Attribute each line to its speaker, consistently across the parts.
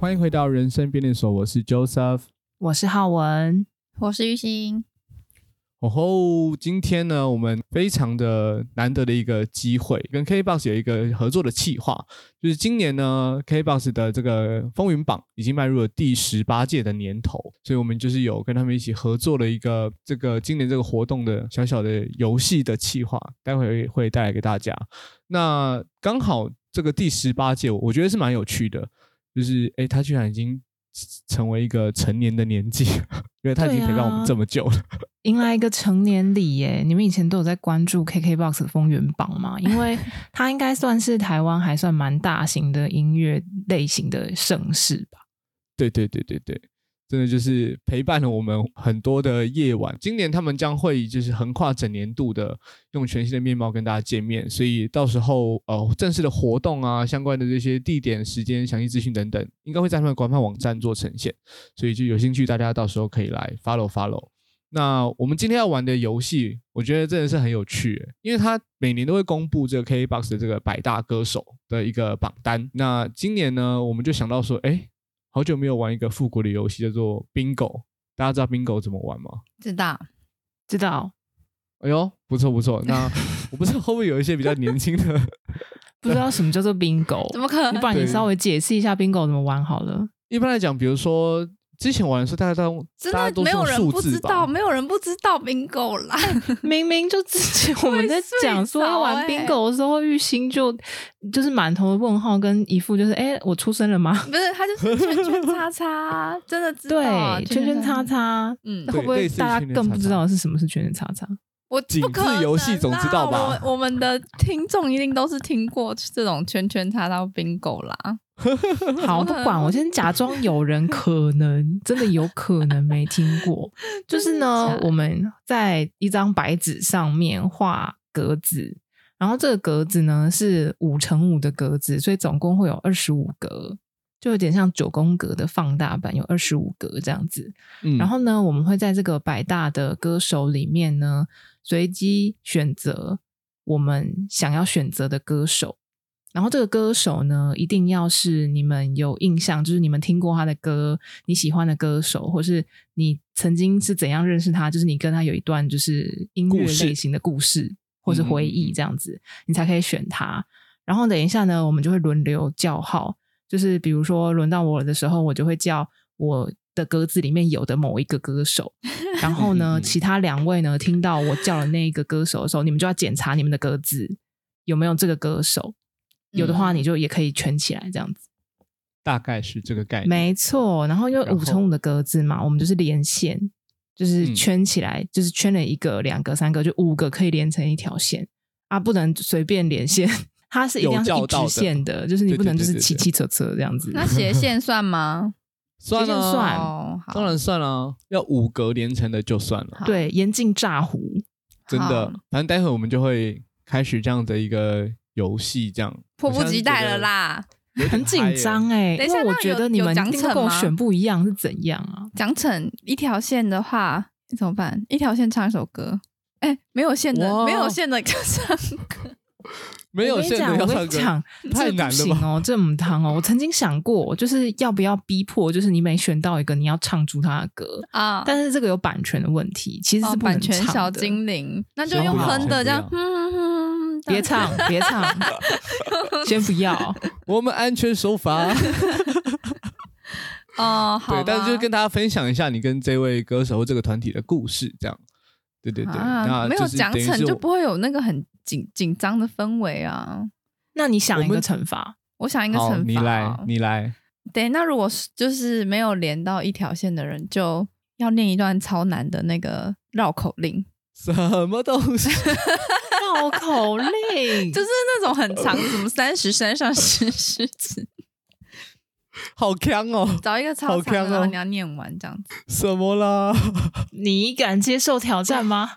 Speaker 1: 欢迎回到人生便利所，我是 Joseph。
Speaker 2: 我是浩文，
Speaker 3: 我是玉兴，
Speaker 1: 然后今天呢，我们非常的难得的一个机会，跟 KBox 有一个合作的企划，就是今年呢，KBox 的这个风云榜已经迈入了第十八届的年头，所以我们就是有跟他们一起合作了一个这个今年这个活动的小小的游戏的企划，待会会带来给大家。那刚好这个第十八届，我觉得是蛮有趣的，就是诶，他居然已经成为一个成年的年纪， 因为他已经
Speaker 2: 对啊
Speaker 1: 陪伴我们这么久了。
Speaker 2: 迎来一个成年礼耶！你们以前都有在关注 KKBOX 的风云榜吗？因 为它应该算是台湾还算蛮大型的音乐类型的盛事吧。
Speaker 1: 对对对对对，真的就是陪伴了我们很多的夜晚。今年他们将会就是横跨整年度的，用全新的面貌跟大家见面。所以到时候呃正式的活动啊，相关的这些地点、时间、详细资讯等等，应该会在他们的官方网站做呈现。所以就有兴趣大家到时候可以来 follow follow。那我们今天要玩的游戏，我觉得真的是很有趣耶，因为它每年都会公布这个 KBox 的这个百大歌手的一个榜单。那今年呢，我们就想到说，哎，好久没有玩一个复古的游戏，叫做 Bingo。大家知道 Bingo 怎么玩吗？
Speaker 3: 知道
Speaker 2: 知道
Speaker 1: 哎呦，不错不错。 那我不知道会不会有一些比较年轻的
Speaker 2: 不知道什么叫做 bingo？
Speaker 3: 怎么可
Speaker 2: 你
Speaker 3: 能？
Speaker 2: 把你
Speaker 1: 对
Speaker 2: 稍微解释一下 bingo 怎么玩好了。
Speaker 1: 一般来讲，比如说之前玩的时候，大家都用
Speaker 3: 真
Speaker 1: 大家
Speaker 3: 的
Speaker 1: 都
Speaker 3: 没
Speaker 1: 是
Speaker 3: 有
Speaker 1: 用
Speaker 3: 人
Speaker 1: 数
Speaker 3: 不
Speaker 1: 字
Speaker 3: 知
Speaker 1: 吧？
Speaker 3: 道，没有人不知道 bingo 啦。
Speaker 2: 明明就之 前我们在讲说要玩
Speaker 3: 会睡着欸
Speaker 2: bingo 的时候，玉兴就就是满头的问号跟一副就是哎、我出生了吗？
Speaker 3: 不是，他就是圈圈叉 叉，真的知道啊
Speaker 2: 对，圈圈叉。叉。
Speaker 3: 嗯
Speaker 2: 那，
Speaker 1: 对
Speaker 2: 会不会
Speaker 1: 类似
Speaker 2: 大
Speaker 1: 圈圈
Speaker 2: 家更
Speaker 1: 叉
Speaker 2: 不
Speaker 1: 叉
Speaker 2: 知道是什么是圈圈叉叉？
Speaker 3: 我
Speaker 1: 井
Speaker 3: 不可
Speaker 1: 字游戏
Speaker 3: 能
Speaker 1: 总知道
Speaker 3: 啦
Speaker 1: 吧
Speaker 3: 我我们的听众一定都是听过这种圈圈叉叉 bingo 啦。
Speaker 2: 好，
Speaker 3: 怎么可
Speaker 2: 不
Speaker 3: 能
Speaker 2: 管，我先假装有人可能真的有可能没听 过。就是
Speaker 3: 真的
Speaker 2: 呢
Speaker 3: 假，的
Speaker 2: 我们在一张白纸上面画格子，然后这个格子呢是五乘五的格子，所以总共会有二十五格，就有点像九宫格的放大版，有二十五格这样子。
Speaker 1: 嗯
Speaker 2: 然后呢，我们会在这个百大的歌手里面呢，随机选择我们想要选择的歌手。然后这个歌手呢，一定要是你们有印象，就是你们听过他的歌，你喜欢的歌手，或是你曾经是怎样认识他，就是你跟他有一段就是音乐
Speaker 1: 故事
Speaker 2: 类型的故事，或是
Speaker 1: 嗯
Speaker 2: 回
Speaker 1: 嗯嗯
Speaker 2: 忆
Speaker 1: 嗯
Speaker 2: 这样子，你才可以选他。然后等一下呢，我们就会轮流叫号，就是比如说轮到我的时候，我就会叫我的格子里面有的某一个歌手， 然
Speaker 1: 嗯
Speaker 2: 后
Speaker 1: 嗯
Speaker 2: 呢，
Speaker 1: 嗯
Speaker 2: 其他两位呢听到我叫了那一个歌手的时候，你们就要检查你们的格子有没有这个歌手，有的话
Speaker 1: 嗯
Speaker 2: 你就也可以圈起来这样子。
Speaker 1: 大概是这个概念。
Speaker 2: 没错，然后因为
Speaker 1: 然后
Speaker 2: 五乘五的格子嘛，我们就是连线，就是
Speaker 1: 嗯
Speaker 2: 圈起来，就是圈了一个、两个、三个，就五个可以连成一条线啊，不能随便连线。 它是一定要是
Speaker 1: 有
Speaker 2: 一
Speaker 1: 叫到的
Speaker 2: 直线的，就是你
Speaker 1: 对
Speaker 2: 不能
Speaker 1: 对
Speaker 2: 就
Speaker 1: 对
Speaker 2: 是
Speaker 1: 对
Speaker 2: 七
Speaker 1: 对
Speaker 2: 七扯扯这样子。
Speaker 3: 那斜线算 吗？
Speaker 1: 算
Speaker 2: 就
Speaker 1: 啊，
Speaker 2: 是算
Speaker 3: 哦，好
Speaker 1: 当然算啦、要五格连成的就算了，
Speaker 3: 好
Speaker 2: 对，严禁炸胡。
Speaker 1: 真的
Speaker 3: 好。
Speaker 1: 反正待会我们就会开始这样的一个游戏，这样
Speaker 3: 迫不及待了，啦！
Speaker 1: 我现在
Speaker 2: 很
Speaker 1: 就觉得有
Speaker 2: 紧
Speaker 1: 点嗨耶
Speaker 2: 张哎、
Speaker 3: 等一
Speaker 2: 因
Speaker 3: 下
Speaker 2: 为我
Speaker 3: 那
Speaker 2: 觉
Speaker 3: 有
Speaker 2: 得你
Speaker 3: 有
Speaker 2: 们
Speaker 3: 奖
Speaker 2: 一定都
Speaker 3: 惩
Speaker 2: 跟我
Speaker 3: 吗
Speaker 2: 选不一样是怎样啊？
Speaker 3: 奖惩一条线的话，你怎么办？一条线唱一首歌。哎，没有线的，
Speaker 1: 哇
Speaker 3: 没有线的唱 歌。
Speaker 1: 没有
Speaker 2: 我跟你
Speaker 1: 现在
Speaker 2: 讲，
Speaker 1: 要
Speaker 2: 我跟
Speaker 1: 唱
Speaker 2: 你
Speaker 1: 歌，
Speaker 2: 讲，
Speaker 1: 太
Speaker 2: 这不
Speaker 1: 难了
Speaker 2: 行
Speaker 1: 吧？
Speaker 2: 哦，这母汤哦，我曾经想过，就是要不要逼迫，就是你每选到一个，你要唱出他的歌，
Speaker 3: 啊，
Speaker 2: 但是这个有版权的问题，其实
Speaker 3: 哦
Speaker 2: 是不能
Speaker 3: 版权
Speaker 2: 唱的。
Speaker 3: 小精灵，那就
Speaker 1: 先
Speaker 3: 用
Speaker 1: 不要
Speaker 3: 哼的
Speaker 1: 先
Speaker 3: 这样，
Speaker 1: 不
Speaker 3: 嗯，
Speaker 2: 别唱， 别唱，先不要。
Speaker 1: 我们安全守法。
Speaker 3: 哦，好吧，
Speaker 1: 对，但是就跟大家分享一下你跟这位歌手或这个团体的故事，这样。对对对，
Speaker 3: 啊，
Speaker 1: 那
Speaker 3: 没有
Speaker 1: 就是
Speaker 3: 奖
Speaker 1: 等于是
Speaker 3: 惩就
Speaker 1: 我
Speaker 3: 不会有那个很紧紧张的氛围啊。
Speaker 2: 那你想一
Speaker 1: 我
Speaker 2: 个
Speaker 1: 们
Speaker 2: 惩 罚，
Speaker 3: 我想一个
Speaker 1: 好，
Speaker 3: 惩罚，啊
Speaker 1: 你来，。你来，
Speaker 3: 对，那如果是就是没有连到一条线的人，就要念一段超难的那个绕口令，
Speaker 1: 什么东 西？
Speaker 2: 绕口令，
Speaker 3: 就是那种很长，什么三十山上十狮子，
Speaker 1: 好强哦！
Speaker 3: 找一个超
Speaker 1: 好
Speaker 3: 长的，
Speaker 1: 强哦
Speaker 3: 然后你要念完这样子。
Speaker 1: 什么啦？
Speaker 3: 嗯
Speaker 2: 你敢接受挑战吗？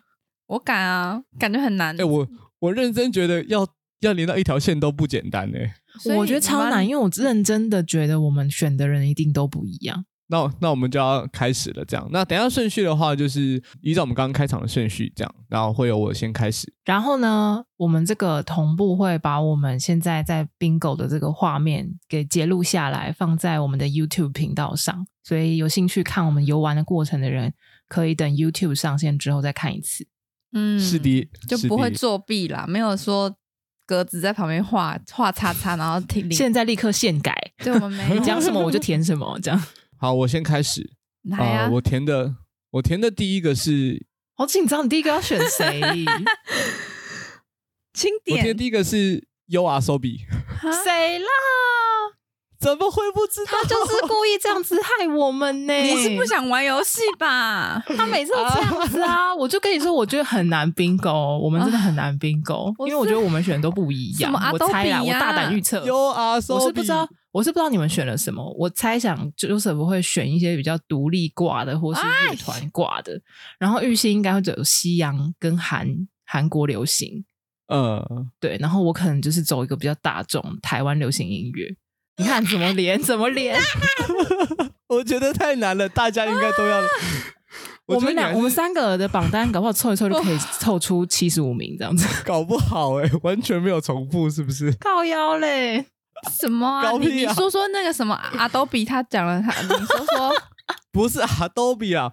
Speaker 3: 我敢啊，感觉很难
Speaker 1: 哎、。我我认真觉得要要连到一条线都不简单哎、
Speaker 3: 所以
Speaker 2: 我觉得
Speaker 3: 你
Speaker 2: 超
Speaker 3: 把
Speaker 2: 难，
Speaker 3: 你
Speaker 2: 因为我认真的觉得我们选的人一定都不一样。
Speaker 1: 那那我们就要开始了，这样。那等一下顺序的话，就是依照我们刚刚开场的顺序，这样，然后会有我先开始。
Speaker 2: 然后呢，我们这个同步会把我们现在在 bingo 的这个画面给截录下来，放在我们的 YouTube 频道上。所以有兴趣看我们游玩的过程的人，可以等 YouTube 上线之后再看一次。
Speaker 3: 嗯，
Speaker 1: 是的，
Speaker 3: 就是不会
Speaker 1: 的
Speaker 3: 作弊啦，没有说格子在旁边画画叉叉，然 后听
Speaker 2: 现在立刻现改，
Speaker 3: 对我们没有
Speaker 2: 你讲什么我就填什么，这样
Speaker 1: 好，我先开始。
Speaker 3: 来
Speaker 1: 啊、
Speaker 3: 啊，
Speaker 1: 我填的，我填的第一个是，
Speaker 2: 好紧张。你第一个要选 谁？
Speaker 3: 轻
Speaker 1: 我填的
Speaker 3: 点，
Speaker 1: 第一个是 U R S O B，
Speaker 3: 哈
Speaker 2: 谁啦？
Speaker 1: 怎么会不知道？
Speaker 2: 他就是故意这样子害我们呢、
Speaker 3: 你是不想玩游戏吧？
Speaker 2: 他每次都这样子啊！ 我就跟你说，我觉得很难 bingo，我们哦真的很难 bingo，、
Speaker 3: 我
Speaker 2: 因
Speaker 3: 是
Speaker 2: 为我觉得我们选的都不一
Speaker 3: 什
Speaker 2: 样。
Speaker 3: 么
Speaker 2: 我猜啦，
Speaker 3: Adobe
Speaker 2: 我
Speaker 3: 呀
Speaker 2: 大胆预 测，
Speaker 1: U R S O
Speaker 2: 我
Speaker 1: B，
Speaker 2: 是不知道，我是不知道你们选了什么。我猜想 Joseph 会选一些比较独立挂的，或是乐团挂的，然后玉鑫应该会走西洋跟韩韩国流行，
Speaker 1: 呃，
Speaker 2: 对，然后我可能就是走一个比较大众台湾流行音乐。你看怎么连怎么连，
Speaker 1: 我觉得太难了，大家应该 都要。
Speaker 2: 我
Speaker 1: 觉得
Speaker 2: 们
Speaker 1: 你还
Speaker 2: 俩
Speaker 1: 是
Speaker 2: 我们三个的榜单，搞不好凑一凑就可以凑出七十五名这样子。
Speaker 1: 搞不好哎、完全没有重复，是不是？
Speaker 2: 靠腰嘞，
Speaker 3: 什么啊？
Speaker 1: 搞
Speaker 3: 你
Speaker 1: 屁
Speaker 3: 你
Speaker 1: 啊
Speaker 3: 说说那个什么阿斗比他讲了他，你说 说
Speaker 1: 不是 Adobe 啊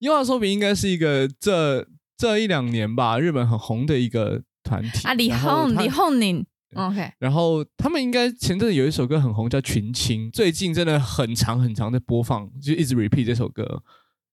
Speaker 1: ，U R S O B 应该是一个这这一两年吧，日本很红的一个团体
Speaker 3: 啊，李
Speaker 1: 然后
Speaker 3: 红
Speaker 1: 他
Speaker 3: 李红宁，OK，
Speaker 1: 然后他们应该前阵子有一首歌很红，叫《群青》，最近真的很长很长在播放，就一直 repeat 这首歌。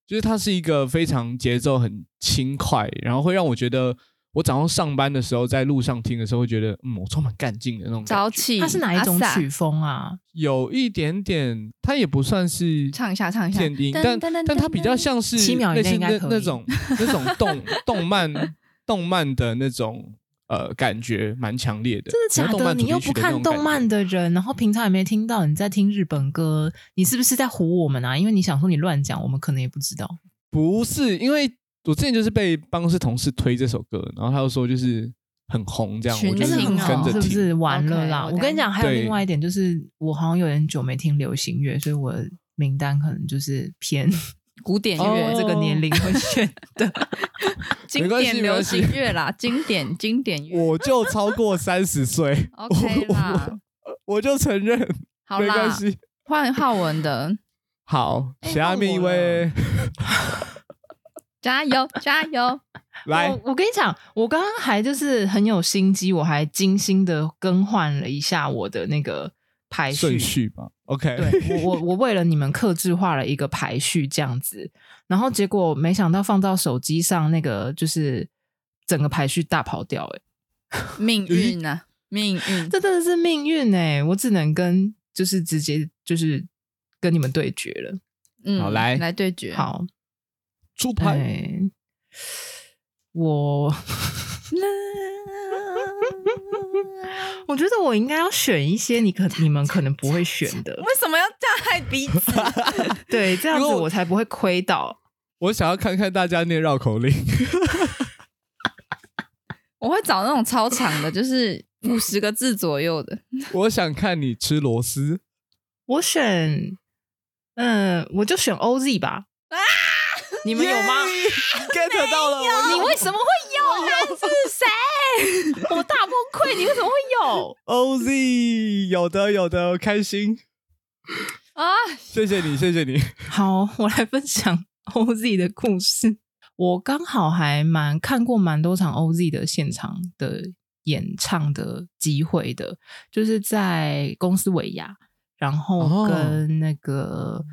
Speaker 1: 就是它是一个非常节奏很轻快，然后会让我觉得我早上上班的时候在路上听的时候，会觉得嗯，我充满干劲的那种感
Speaker 3: 早
Speaker 1: 觉。
Speaker 3: 起，
Speaker 2: 它是哪一种
Speaker 3: 阿萨
Speaker 2: 曲？风啊？
Speaker 1: 有一点点，它也不算是
Speaker 3: 唱一下，唱一下，
Speaker 1: 电音，
Speaker 3: 噔
Speaker 1: 但
Speaker 3: 噔噔
Speaker 1: 但它比较像是
Speaker 2: 七秒以
Speaker 1: 类
Speaker 2: 内
Speaker 1: 似
Speaker 2: 应该
Speaker 1: 那
Speaker 2: 可以
Speaker 1: 那种那种动动漫动漫的那种呃感觉，蛮强烈的。
Speaker 2: 真的
Speaker 1: 然后
Speaker 2: 假
Speaker 1: 动
Speaker 2: 的？
Speaker 1: 漫主
Speaker 2: 你又
Speaker 1: 题曲
Speaker 2: 不
Speaker 1: 的那
Speaker 2: 看
Speaker 1: 种
Speaker 2: 动
Speaker 1: 感
Speaker 2: 漫
Speaker 1: 觉
Speaker 2: 的人，然后平常也没听到你在听日本歌，你是不是在唬我们啊？因为你想说你乱讲，我们可能也不知道。
Speaker 1: 不是，因为我之前就是被办公室同事推这首歌，然后他就说就是很红，这样
Speaker 3: 群
Speaker 1: 我就
Speaker 2: 真
Speaker 1: 是
Speaker 2: 的很
Speaker 3: 情
Speaker 1: 跟着
Speaker 2: 好，哦是不
Speaker 1: 听。
Speaker 2: 是？完了
Speaker 3: OK，
Speaker 2: 啦！
Speaker 3: 我
Speaker 2: 我跟你讲，还有
Speaker 1: 对
Speaker 2: 另外一点就是，我好像有点久没听流行乐，所以我名单可能就是偏
Speaker 3: 古典
Speaker 1: 哦
Speaker 2: 我
Speaker 3: 乐，
Speaker 2: 这个年龄会选的。
Speaker 3: 经
Speaker 1: 没关系
Speaker 3: 典
Speaker 1: 没
Speaker 3: 流
Speaker 1: 关系
Speaker 3: 行乐啦，经典经典 乐
Speaker 1: 我就超过三十 岁 我
Speaker 3: ，OK 啦，
Speaker 1: 我我就承认，
Speaker 3: 好
Speaker 1: 没关
Speaker 3: 啦，
Speaker 1: 系。
Speaker 3: 换浩文的，
Speaker 1: 好，
Speaker 2: 哎
Speaker 1: 下面一
Speaker 2: 换我了
Speaker 1: 位
Speaker 3: 加油加油，
Speaker 1: 来
Speaker 2: 我，我跟你讲，我刚刚还就是很有心机，我还精心的更换了一下我的那个排序
Speaker 1: 顺。序吧。OK，
Speaker 2: 对我，我我为了你们克制化了一个排序这样子，然后结果没想到放到手机上那个就是整个排序大跑掉、欸，
Speaker 3: 命运啊，命运，
Speaker 2: 这真的是命运哎、我只能跟就是直接就是跟你们对决了。
Speaker 3: 嗯，
Speaker 1: 好来
Speaker 3: 来对决，，
Speaker 2: 好，
Speaker 1: 猪
Speaker 2: 哎、
Speaker 1: 排
Speaker 2: 我 我觉得我应该要选一些你可你们可能不会选的，
Speaker 3: 为什么要这样害彼此？
Speaker 2: 对，这样子
Speaker 1: 如果
Speaker 2: 我才不会亏到。
Speaker 1: 我想要看看大家念绕口 令。
Speaker 3: 我会找那种超长的，就是五十个字左右的。
Speaker 1: 我想看你吃螺丝，
Speaker 2: 我选，嗯，我就选 OZ 吧。你们有 吗？
Speaker 1: ？get 到了，
Speaker 2: 你为什么会有？ 他是谁？我大崩溃！你为什么会有？
Speaker 1: OZ 有的有的，开心，
Speaker 3: 啊，
Speaker 1: 谢谢你，谢谢你。
Speaker 2: 好，我来分享 OZ 的故事。我刚好还蛮看过蛮多场 OZ 的现场的演唱的机会的，就是在公司尾牙，然后
Speaker 1: 哦
Speaker 2: 跟那个、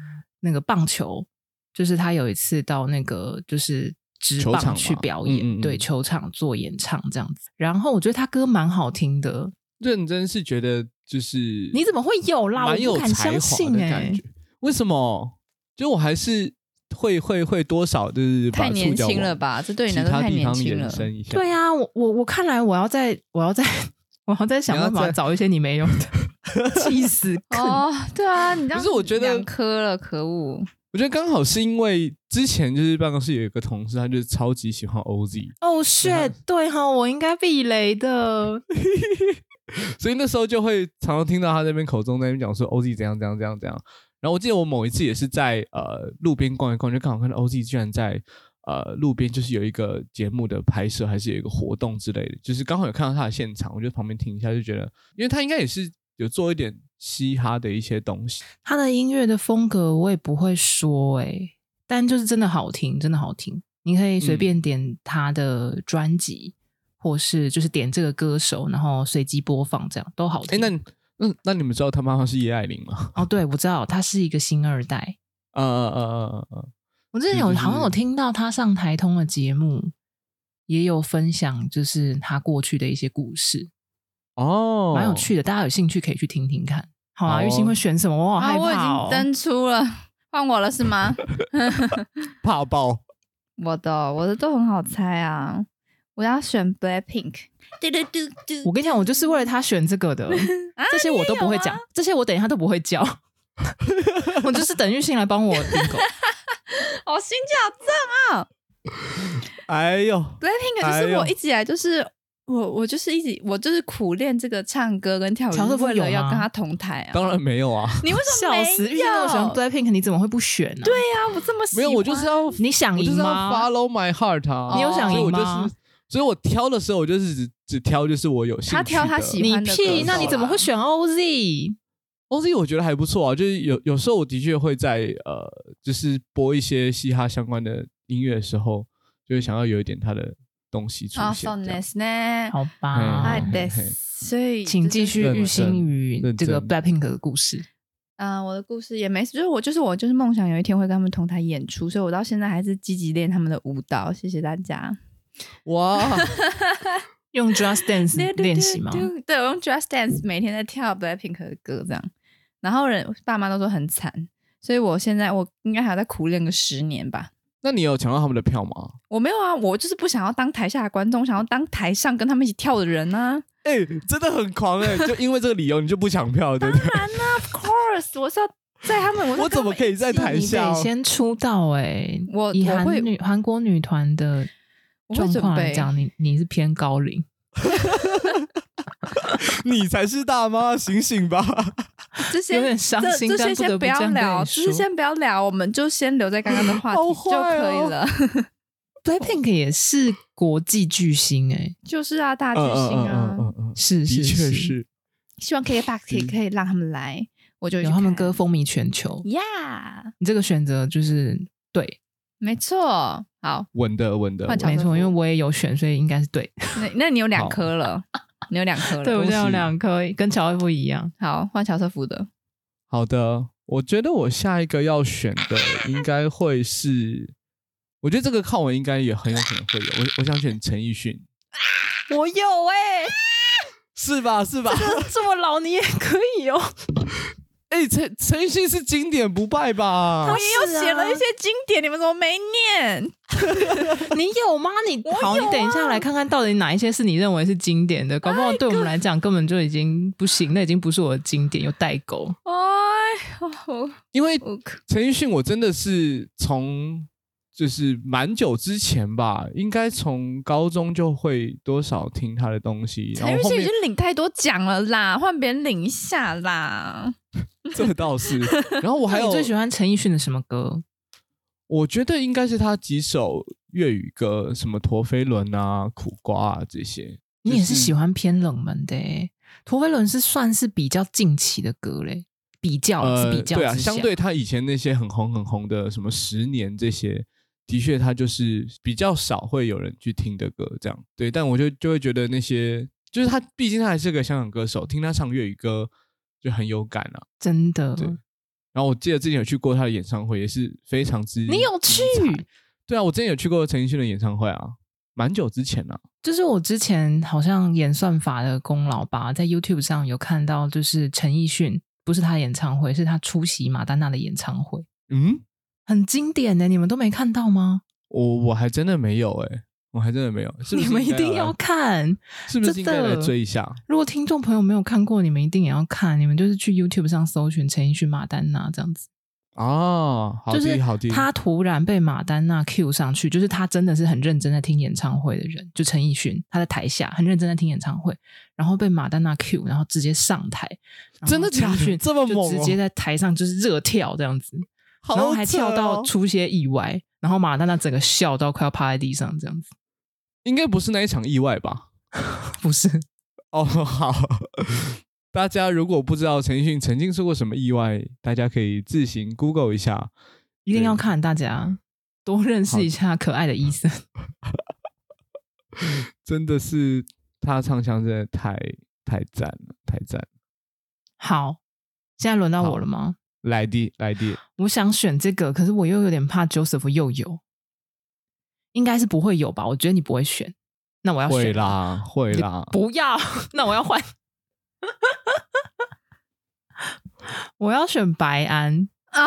Speaker 2: 那个棒球，就是他有一次到那个就是职
Speaker 1: 球场
Speaker 2: 棒
Speaker 1: 嘛
Speaker 2: 去表演，
Speaker 1: 嗯嗯嗯
Speaker 2: 对球场做演唱这样子。然后我觉得他歌蛮好听的，
Speaker 1: 认真是觉得就是
Speaker 2: 你怎么会有啦？我
Speaker 1: 蛮有
Speaker 2: 不敢
Speaker 1: 才
Speaker 2: 相
Speaker 1: 华
Speaker 2: 信
Speaker 1: 的
Speaker 2: 哎、
Speaker 1: 感觉？为什么？就我还是会会会多少就是把
Speaker 3: 太年
Speaker 1: 触角
Speaker 3: 轻
Speaker 1: 往
Speaker 3: 了吧？这对你
Speaker 1: 其
Speaker 3: 来说
Speaker 1: 他
Speaker 3: 太
Speaker 1: 地
Speaker 3: 年
Speaker 1: 方
Speaker 3: 轻了
Speaker 1: 延。伸一下。
Speaker 2: 对啊，我我我看来我要再我要再我要再想办
Speaker 1: 你要
Speaker 2: 法
Speaker 1: 再
Speaker 2: 找一些你没有的， 气死坑！
Speaker 3: 哦，对啊，你这样
Speaker 1: 可是我觉得
Speaker 3: 两颗了，可恶！
Speaker 1: 我觉得刚好是因为之前就是办公室有一个同事，他就是超级喜欢 OZ，
Speaker 2: 哦、shit，对 哈、我应该避雷的。
Speaker 1: 所以那时候就会常常听到他在那边口中在那边讲说 OZ 怎样怎样怎样怎样，然后我记得我某一次也是在呃路边逛一逛，就刚好看到 OZ 居然在呃路边就是有一个节目的拍摄，还是有一个活动之类的，就是刚好有看到他的现场，我就旁边听一下，就觉得，因为他应该也是有做一点嘻哈的一些东西，
Speaker 2: 他的音乐的风格我也不会说诶、哎但就是真的好听，真的好听。你可以随
Speaker 1: 嗯
Speaker 2: 便点他的专辑，或是就是点这个歌手，然后随机播放，这样都好
Speaker 1: 哎，
Speaker 2: 听。
Speaker 1: 那你那那你们知道他妈妈是叶爱玲吗？
Speaker 2: 哦，对，我知道他是一个星二代。
Speaker 1: 呃呃呃呃呃，
Speaker 2: 我之前有
Speaker 1: 所以就是
Speaker 2: 好像有听到他上台通的节目，也有分享就是他过去的一些故事，
Speaker 1: 哦，
Speaker 2: 蛮有趣的。大家有兴趣可以去听听看。好
Speaker 1: 好
Speaker 2: 啊，
Speaker 1: 哦
Speaker 2: 玉兴会选什么？我好
Speaker 3: 啊，
Speaker 2: 害
Speaker 3: 我已
Speaker 2: 怕哦
Speaker 3: 经。登出了，换我了是吗？
Speaker 1: 怕爆，
Speaker 3: 我的我的都很好猜啊，我要选 Black Pink。嘟嘟嘟
Speaker 2: 我
Speaker 3: 嘟，
Speaker 2: 跟你讲，我就是为了他选这个 的，
Speaker 3: 啊
Speaker 2: 这些我都不会讲，这些我等一下都不会 教。我就是等玉兴来帮我订购。
Speaker 3: 好心啊跳赞
Speaker 1: 哎呦，
Speaker 3: ！Blackpink 就是我一直以来就是。我我就是一直我就是苦练这个唱歌跟跳舞，
Speaker 2: 乔瑟
Speaker 3: 就
Speaker 2: 夫
Speaker 3: 是为了
Speaker 2: 有
Speaker 3: 要
Speaker 2: 吗
Speaker 3: 跟他同台啊！
Speaker 1: 当然没有啊，
Speaker 3: 你为什么
Speaker 2: 笑
Speaker 3: 没
Speaker 2: 死！玉兴那
Speaker 3: 有
Speaker 2: 么喜欢 BLACKPINK，你怎么会不选呢、
Speaker 3: 对呀、我这么喜
Speaker 1: 没有，我就是要
Speaker 2: 你想
Speaker 1: 我就
Speaker 2: 赢
Speaker 1: 是要
Speaker 2: 吗？
Speaker 1: follow my heart 啊，
Speaker 2: 你有
Speaker 1: 所
Speaker 2: 想
Speaker 1: 以
Speaker 2: 赢
Speaker 1: 我
Speaker 2: 吗
Speaker 1: 就是，所以我挑的时候，我就是只只挑就是我有兴趣
Speaker 3: 他挑他
Speaker 1: 的
Speaker 3: 喜欢
Speaker 2: 你
Speaker 3: 的歌
Speaker 2: 屁！
Speaker 3: 手
Speaker 2: 那你怎么
Speaker 3: 啊
Speaker 2: 会选 OZ？
Speaker 1: 东西我觉得还不错啊，就是有有时候我的确会在呃，就是播一些嘻哈相关的音乐的时候，就会想要有一点它的东西出
Speaker 3: 啊，
Speaker 1: 现。
Speaker 3: そう
Speaker 1: 这样
Speaker 3: ですね。
Speaker 2: 好
Speaker 1: 嗯
Speaker 2: 吧
Speaker 3: 爱
Speaker 1: 哎，
Speaker 3: 的，
Speaker 1: 嘿嘿
Speaker 3: 所以
Speaker 2: 请继续
Speaker 1: 认
Speaker 2: 玉兴
Speaker 1: 真
Speaker 2: 与
Speaker 1: 认
Speaker 2: 这个
Speaker 1: 真
Speaker 2: BLACKPINK 的故 事。
Speaker 3: 嗯、呃我的故事也没，就是我，就是我，就是梦想有一天会跟他们同台演出，所以我到现在还是积极练他们的舞蹈。谢谢大家。
Speaker 1: 哇，
Speaker 2: 用 Just Dance 练习吗？
Speaker 3: 对，我用 Just Dance 每天在跳 Blackpink 的歌这样，然后人爸妈都说很惨，所以我现在我应该还要再苦练个十年吧。
Speaker 1: 那你有抢到他们的票吗？
Speaker 3: 我没有啊，我就是不想要当台下的观众，我想要当台上跟他们一起跳的人啊。
Speaker 1: 哎、真的很狂哎、就因为这个理由你就不抢票，对不对？
Speaker 3: Of course，我是要在 他们，我
Speaker 1: 我怎么可
Speaker 3: 以？
Speaker 1: 以在台下
Speaker 2: 你
Speaker 1: 哦、
Speaker 2: 得先出道哎、
Speaker 3: 我
Speaker 2: 以
Speaker 3: 我
Speaker 2: 韩
Speaker 3: 会
Speaker 2: 女韩国女团的
Speaker 3: 我会
Speaker 2: 状
Speaker 3: 准
Speaker 2: 况来
Speaker 3: 备
Speaker 2: 讲，你你是偏高龄，
Speaker 1: 你才是大妈，醒醒吧！
Speaker 3: 这些
Speaker 2: 有点伤
Speaker 3: 这
Speaker 2: 心，
Speaker 3: 这
Speaker 2: 但
Speaker 3: 些
Speaker 2: 不得
Speaker 3: 先
Speaker 2: 不
Speaker 3: 不
Speaker 2: 这
Speaker 3: 要
Speaker 2: 样跟
Speaker 3: 聊，
Speaker 2: 你
Speaker 3: 这些
Speaker 2: 说。
Speaker 3: 先不要聊，我们就先留在刚刚的 话题
Speaker 1: 好坏
Speaker 3: 就
Speaker 1: 哦
Speaker 3: 可以了。
Speaker 2: Blackpink 也是国际巨星哎、
Speaker 3: 就是啊，大巨星啊，
Speaker 1: 嗯嗯，
Speaker 2: 是
Speaker 1: 的
Speaker 2: 是
Speaker 1: 确
Speaker 2: 是，
Speaker 1: 是。
Speaker 3: 希望 KKBOX 可以可以让他们来，我就
Speaker 2: 有他们歌风靡全球。
Speaker 3: 呀
Speaker 2: 你这个选择就是对，
Speaker 3: 没错。好，
Speaker 1: 稳的稳的，
Speaker 3: 换
Speaker 1: 稳的
Speaker 3: 乔
Speaker 2: 没
Speaker 3: 瑟夫
Speaker 2: 错，因为我也有选，所以应该是对。
Speaker 3: 那那你有两
Speaker 1: 好
Speaker 3: 颗了，你有两颗了。
Speaker 2: 对，我现在有
Speaker 1: 喜
Speaker 2: 两颗，跟乔伊夫一样。
Speaker 3: 好，换乔瑟夫的。
Speaker 1: 好的，我觉得我下一个要选的应该会是，我觉得这个靠我应该也很有可能会有，我我想选陈奕迅，
Speaker 2: 我有哎、
Speaker 3: 欸
Speaker 1: 是吧？是吧？
Speaker 2: 这么老你也可以哦。
Speaker 1: 哎、陈陈奕迅是经典不败吧
Speaker 3: 我？也有写了一些经典，你们怎么没念？
Speaker 2: 你有啊吗？你
Speaker 3: 我
Speaker 2: 好，
Speaker 3: 有
Speaker 2: 你等一下来看看到底哪一些是你认为是经典的，搞不好对我们来讲根本就已经不行，那已经不是我的经典，有代沟。
Speaker 3: 哎，我
Speaker 1: 因为
Speaker 3: 我
Speaker 1: 陈奕迅，我真的是从就是蛮久之前吧，应该从高中就会多少听他的东西，然后
Speaker 3: 陈奕
Speaker 1: 后
Speaker 3: 迅已
Speaker 1: 面
Speaker 3: 经领太多奖了啦，换别人领一下啦。
Speaker 1: 这倒是，然后我还
Speaker 2: 那
Speaker 1: 有
Speaker 2: 你最喜欢陈奕迅的什么歌？
Speaker 1: 我觉得应该是他几首粤语歌，什么陀飞轮啊、苦瓜啊这些。
Speaker 2: 你也是
Speaker 1: 就是
Speaker 2: 喜欢偏冷门的、欸，陀飞轮是算是比较近期的歌嘞，比较、是比较
Speaker 1: 对啊，
Speaker 2: 之下
Speaker 1: 相对他以前那些很红很红的什么十年这些，的确他就是比较少会有人去听的歌，这样对。但我就就会觉得那些，就是他毕竟他还是个香港歌手，听他唱粤语歌就很有感啊。
Speaker 2: 真的，
Speaker 1: 对然后我记得之前有去过他的演唱会，也是非常之
Speaker 2: 你有去
Speaker 1: 精彩？对啊，我之前有去过陈奕迅的演唱会啊，蛮久之前了、啊。
Speaker 2: 就是我之前好像演算法的功劳吧，在 YouTube 上有看到，就是陈奕迅不是他的演唱会，是他出席马丹娜的演唱会，
Speaker 1: 嗯，
Speaker 2: 很经典欸的、你们都没看到吗？
Speaker 1: 我我还真的没有哎、我还真的没有。是不是
Speaker 2: 你们
Speaker 1: 应
Speaker 2: 一
Speaker 1: 该
Speaker 2: 定
Speaker 1: 来啊
Speaker 2: 要，看，
Speaker 1: 是不是应该来
Speaker 2: 真的
Speaker 1: 追一下？
Speaker 2: 如果听众朋友没有看过，你们一定也要看，你们就是去 YouTube 上搜寻陈奕迅马丹娜这样子。
Speaker 1: 哦，好
Speaker 2: 就是
Speaker 1: 低好低，
Speaker 2: 他突然被马丹娜 cue 上去，就是他真的是很认真在听演唱会的人，就陈奕迅，他在台下很认真在听演唱会，然后被马丹娜 cue，然后直接上台，然后
Speaker 1: 真的假的
Speaker 2: 陈奕迅
Speaker 1: 这么
Speaker 2: 就
Speaker 1: 猛哦
Speaker 2: 直接在台上就是热跳这样子，
Speaker 1: 好
Speaker 2: 然后还跳
Speaker 1: 扯
Speaker 2: 到
Speaker 1: 哦
Speaker 2: 出些意外，然后马丹娜整个笑到快要趴在地上这样子，
Speaker 1: 应该不是那一场意外吧？
Speaker 2: 不是，
Speaker 1: 哦，好， 大家如果不知道陈奕迅曾经出过什么意外，大家可以自行 Google 一下。
Speaker 2: 一定
Speaker 1: 对
Speaker 2: 要看大家多认识一下可爱的医
Speaker 1: 嗯
Speaker 2: 生，
Speaker 1: 真的是他唱腔真的太太赞了，太赞了！
Speaker 2: 好，现在轮到
Speaker 1: 好
Speaker 2: 我了吗？
Speaker 1: 来的来的，
Speaker 2: 我想选这个，可是我又有点怕 Joseph 又有，应该是不会有吧？我觉得你不会选，那我要
Speaker 1: 会
Speaker 2: 选，
Speaker 1: 啦会啦，
Speaker 2: 不要，那我要 换，我要选白安，
Speaker 3: 啊，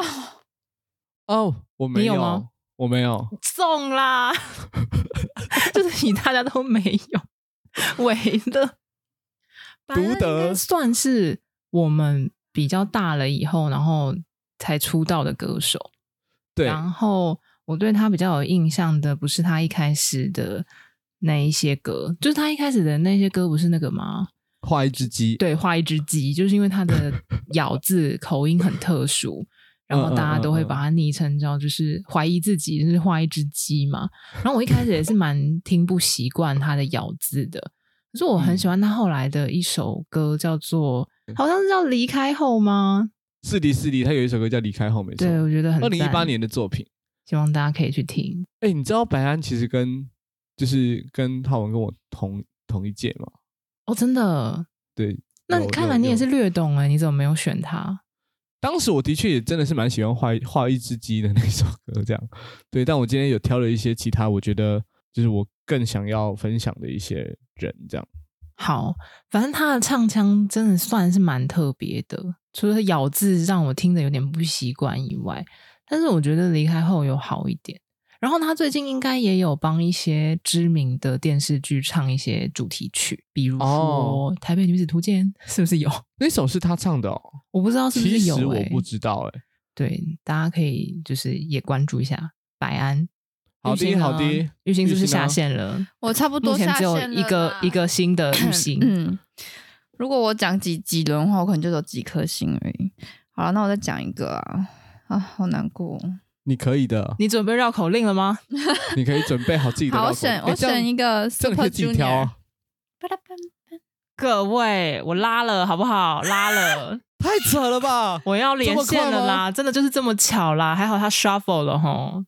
Speaker 1: 哦，我没
Speaker 2: 你有吗
Speaker 1: 我没有，
Speaker 2: 中啦， 就是你大家都没有， 韦乐，白安
Speaker 1: 独得
Speaker 2: 应该算是我们比较大了以后，然后才出道的歌手。
Speaker 1: 对，
Speaker 2: 然后我对他比较有印象的，不是他一开始的那一些歌，就是他一开始的那些歌，不是那个吗？
Speaker 1: 画一只鸡，
Speaker 2: 对，画一只鸡，就是因为 他的咬字口音很特殊，然后大家都
Speaker 1: 嗯
Speaker 2: 会把他昵称叫就是怀疑自己，就是画一只鸡嘛。然后我一开始也是蛮听不习惯他的咬字的，可是我
Speaker 1: 嗯
Speaker 2: 很喜欢他后来的一首歌，叫做好像是叫《离开后》吗？
Speaker 1: 是的，是的，他有一首歌叫《离开后》，没错，
Speaker 2: 对，我觉得很
Speaker 1: 二零一八
Speaker 2: 赞
Speaker 1: 年的作品。
Speaker 2: 希望大家可以去听。
Speaker 1: 哎、你知道白安其实跟就是跟浩文跟我同同一届吗？
Speaker 2: 哦，真的，
Speaker 1: 对，
Speaker 2: 那
Speaker 1: 有
Speaker 2: 看
Speaker 1: 有
Speaker 2: 来你也
Speaker 1: 有
Speaker 2: 是略懂哎、你怎么没有选他？
Speaker 1: 当时我的确也真的是蛮喜欢画画一只鸡的那首歌，这样对。但我今天有挑了一些其他，我觉得就是我更想要分享的一些人，这样。
Speaker 2: 好，反正他的唱腔真的算是蛮特别的，除了咬字让我听着有点不习惯以外，但是我觉得离开后有好一点。然后他最近应该也有帮一些知名的电视剧唱一些主题曲，比如说《
Speaker 1: 哦
Speaker 2: 台北女子图鉴》， 是不是有？
Speaker 1: 那首是他唱的哦，
Speaker 2: 我不知道是不
Speaker 1: 其
Speaker 2: 是有、
Speaker 1: 实我
Speaker 2: 欸。
Speaker 1: 不知道哎、
Speaker 2: 对，大家可以就是也关注一下白安。
Speaker 1: 好
Speaker 2: 玉
Speaker 1: 的
Speaker 2: 兴呢
Speaker 1: 好的
Speaker 2: 玉兴是不是
Speaker 1: 玉兴呢
Speaker 2: 下线了？
Speaker 3: 我差不多
Speaker 2: 目前
Speaker 3: 下
Speaker 2: 只有
Speaker 3: 线了
Speaker 2: 一个
Speaker 3: 啦
Speaker 2: 一个新的五星。
Speaker 3: 嗯，如果我讲几几轮的话，我可能就只有几颗星而已。好了，那我再讲一个啊，啊，好难过。
Speaker 1: 你可以的，
Speaker 2: 你准备绕口令了吗？
Speaker 1: 你可以准备好自己的绕口
Speaker 3: 好，我
Speaker 1: 令。
Speaker 3: 选
Speaker 1: 哎
Speaker 3: 我
Speaker 1: 这样
Speaker 3: 选一个
Speaker 1: 这样你
Speaker 3: Super
Speaker 1: 可以自己挑
Speaker 3: Junior
Speaker 1: 啊。。
Speaker 3: 巴拉巴拉
Speaker 2: 各位，我拉了好不好？拉了，
Speaker 1: 太扯了吧！
Speaker 2: 我要连线了
Speaker 1: 这么快
Speaker 2: 啦！真的就是这么巧啦，还好他 shuffle 了吼。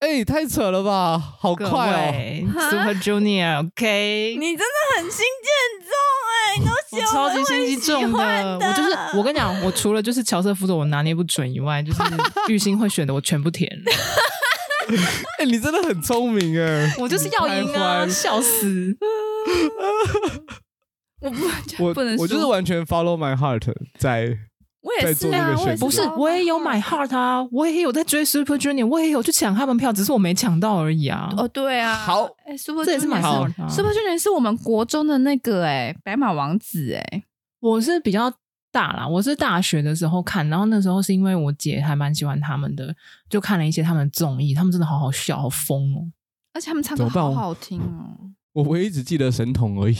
Speaker 1: 哎、太扯了吧，好
Speaker 2: 各
Speaker 1: 快哦！
Speaker 2: 位
Speaker 3: 哈
Speaker 2: ，Super Junior，OK、
Speaker 3: 你真的很心机很重哎、你 都
Speaker 2: 我
Speaker 3: 喜欢
Speaker 2: 超
Speaker 3: 我
Speaker 2: 级心机重
Speaker 3: 会喜欢
Speaker 2: 的，
Speaker 3: 的
Speaker 2: 我就是我跟你讲，我除了就是乔瑟夫的我拿捏不准以外，就是玉兴会选的我全部填，
Speaker 1: 哎、你真的很聪明哎，
Speaker 2: 我就是要赢啊，
Speaker 1: 你太坏了
Speaker 2: 笑死！
Speaker 3: 我 不
Speaker 1: 我
Speaker 3: 不能输
Speaker 1: 我就是完全 follow my heart 在
Speaker 3: 我
Speaker 1: 在
Speaker 3: 也是
Speaker 1: 做那
Speaker 3: 啊，
Speaker 1: 个
Speaker 3: 我也
Speaker 1: 选择
Speaker 2: 不是，
Speaker 3: 啊
Speaker 2: 我也有买 Heart 啊，我也有在追 Super Junior，我也有去抢他们票，只是我没抢到而已啊。
Speaker 3: 哦，对啊，
Speaker 1: 好
Speaker 3: 哎、s u p e r
Speaker 2: 这也是买 Heart 啊
Speaker 3: Junior，Super Junior 是我们国中的那个哎、白马王子哎、
Speaker 2: 我是比较大啦，我是大学的时候看，然后那时候是因为我姐还蛮喜欢他们的，就看了一些他们的综艺，他们真的好好笑，好疯哦。
Speaker 3: 而且他们唱
Speaker 1: 怎
Speaker 3: 歌
Speaker 1: 么办
Speaker 3: 好
Speaker 1: 我
Speaker 3: 好听哦。
Speaker 1: 我唯一只记得神童而已。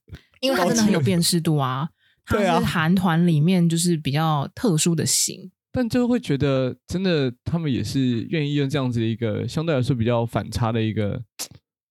Speaker 2: 因为他真的很有辨识度啊，他
Speaker 1: 对啊
Speaker 2: 是韩团里面就是比较特殊的型，
Speaker 1: 但就会觉得，真的他们也是愿意用这样子的一个相对来说比较反差的一个，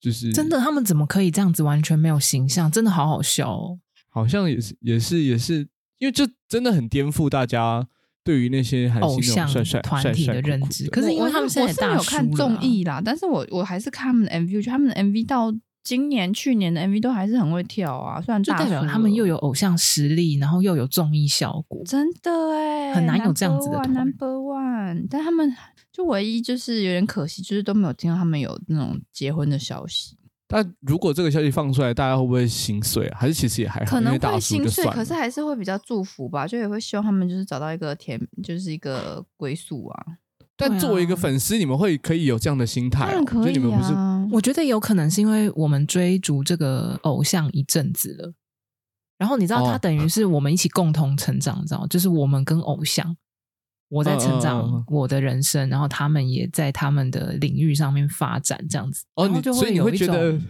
Speaker 1: 就是
Speaker 2: 真的他们怎么可以这样子完全没有形象？真的好好笑哦。
Speaker 1: 好像也是也是也是，因为就真的很颠覆大家对于那些韩
Speaker 2: 偶
Speaker 1: 星那
Speaker 2: 像
Speaker 1: 种帅帅
Speaker 2: 团
Speaker 1: 帅
Speaker 2: 体
Speaker 1: 帅
Speaker 2: 的
Speaker 1: 酷
Speaker 2: 认
Speaker 1: 酷
Speaker 2: 知，
Speaker 1: 的
Speaker 2: 可是因
Speaker 3: 我
Speaker 2: 为他
Speaker 3: 我
Speaker 2: 们现在也
Speaker 3: 是没
Speaker 2: 大
Speaker 3: 有看
Speaker 2: 叔了啊
Speaker 3: 综艺啦，但是我我还是看他们的 MV，我觉得他们的 MV 到今年、去年的 MV 都还是很会跳啊，虽然
Speaker 2: 就
Speaker 3: 大
Speaker 2: 代表
Speaker 3: 叔
Speaker 2: 他们
Speaker 3: 了
Speaker 2: 又有偶像实力，然后又有综艺效果。
Speaker 3: 真的哎、
Speaker 2: 很难有这样子的
Speaker 3: number
Speaker 2: 团
Speaker 3: one，number one，但他们就唯一就是有点可惜，就是都没有听到他们有那种结婚的消息，
Speaker 1: 但如果这个消息放出来，大家会不会心碎啊？还是其实也还好，
Speaker 3: 可
Speaker 1: 因
Speaker 3: 能
Speaker 1: 为大
Speaker 3: 会
Speaker 1: 叔
Speaker 3: 心
Speaker 1: 就
Speaker 3: 碎，
Speaker 1: 算
Speaker 3: 可
Speaker 1: 了
Speaker 3: 是还是会比较祝福吧，就也会希望他们就是找到一个甜，就是一个归宿啊，
Speaker 1: 但作为一个
Speaker 2: 对啊
Speaker 1: 粉丝，你们会可以有这样的心
Speaker 2: 哦
Speaker 1: 态、
Speaker 3: 当
Speaker 1: 啊，
Speaker 3: 然可
Speaker 1: 就
Speaker 3: 以
Speaker 1: 你们不是
Speaker 3: 啊。
Speaker 2: 我觉得有可能是因为我们追逐这个偶像一阵子了，然后你知道，
Speaker 1: 哦
Speaker 2: 他等于是我们一起共同成长，你知道吗，就是我们跟偶像，我在成
Speaker 1: 嗯嗯嗯嗯
Speaker 2: 长我的人生，然后他们也在他们的领域上面发展，这样子。
Speaker 1: 哦，
Speaker 2: 然后
Speaker 1: 你
Speaker 2: 就
Speaker 1: 所以你
Speaker 2: 有
Speaker 1: 会
Speaker 2: 一
Speaker 1: 觉得
Speaker 2: 种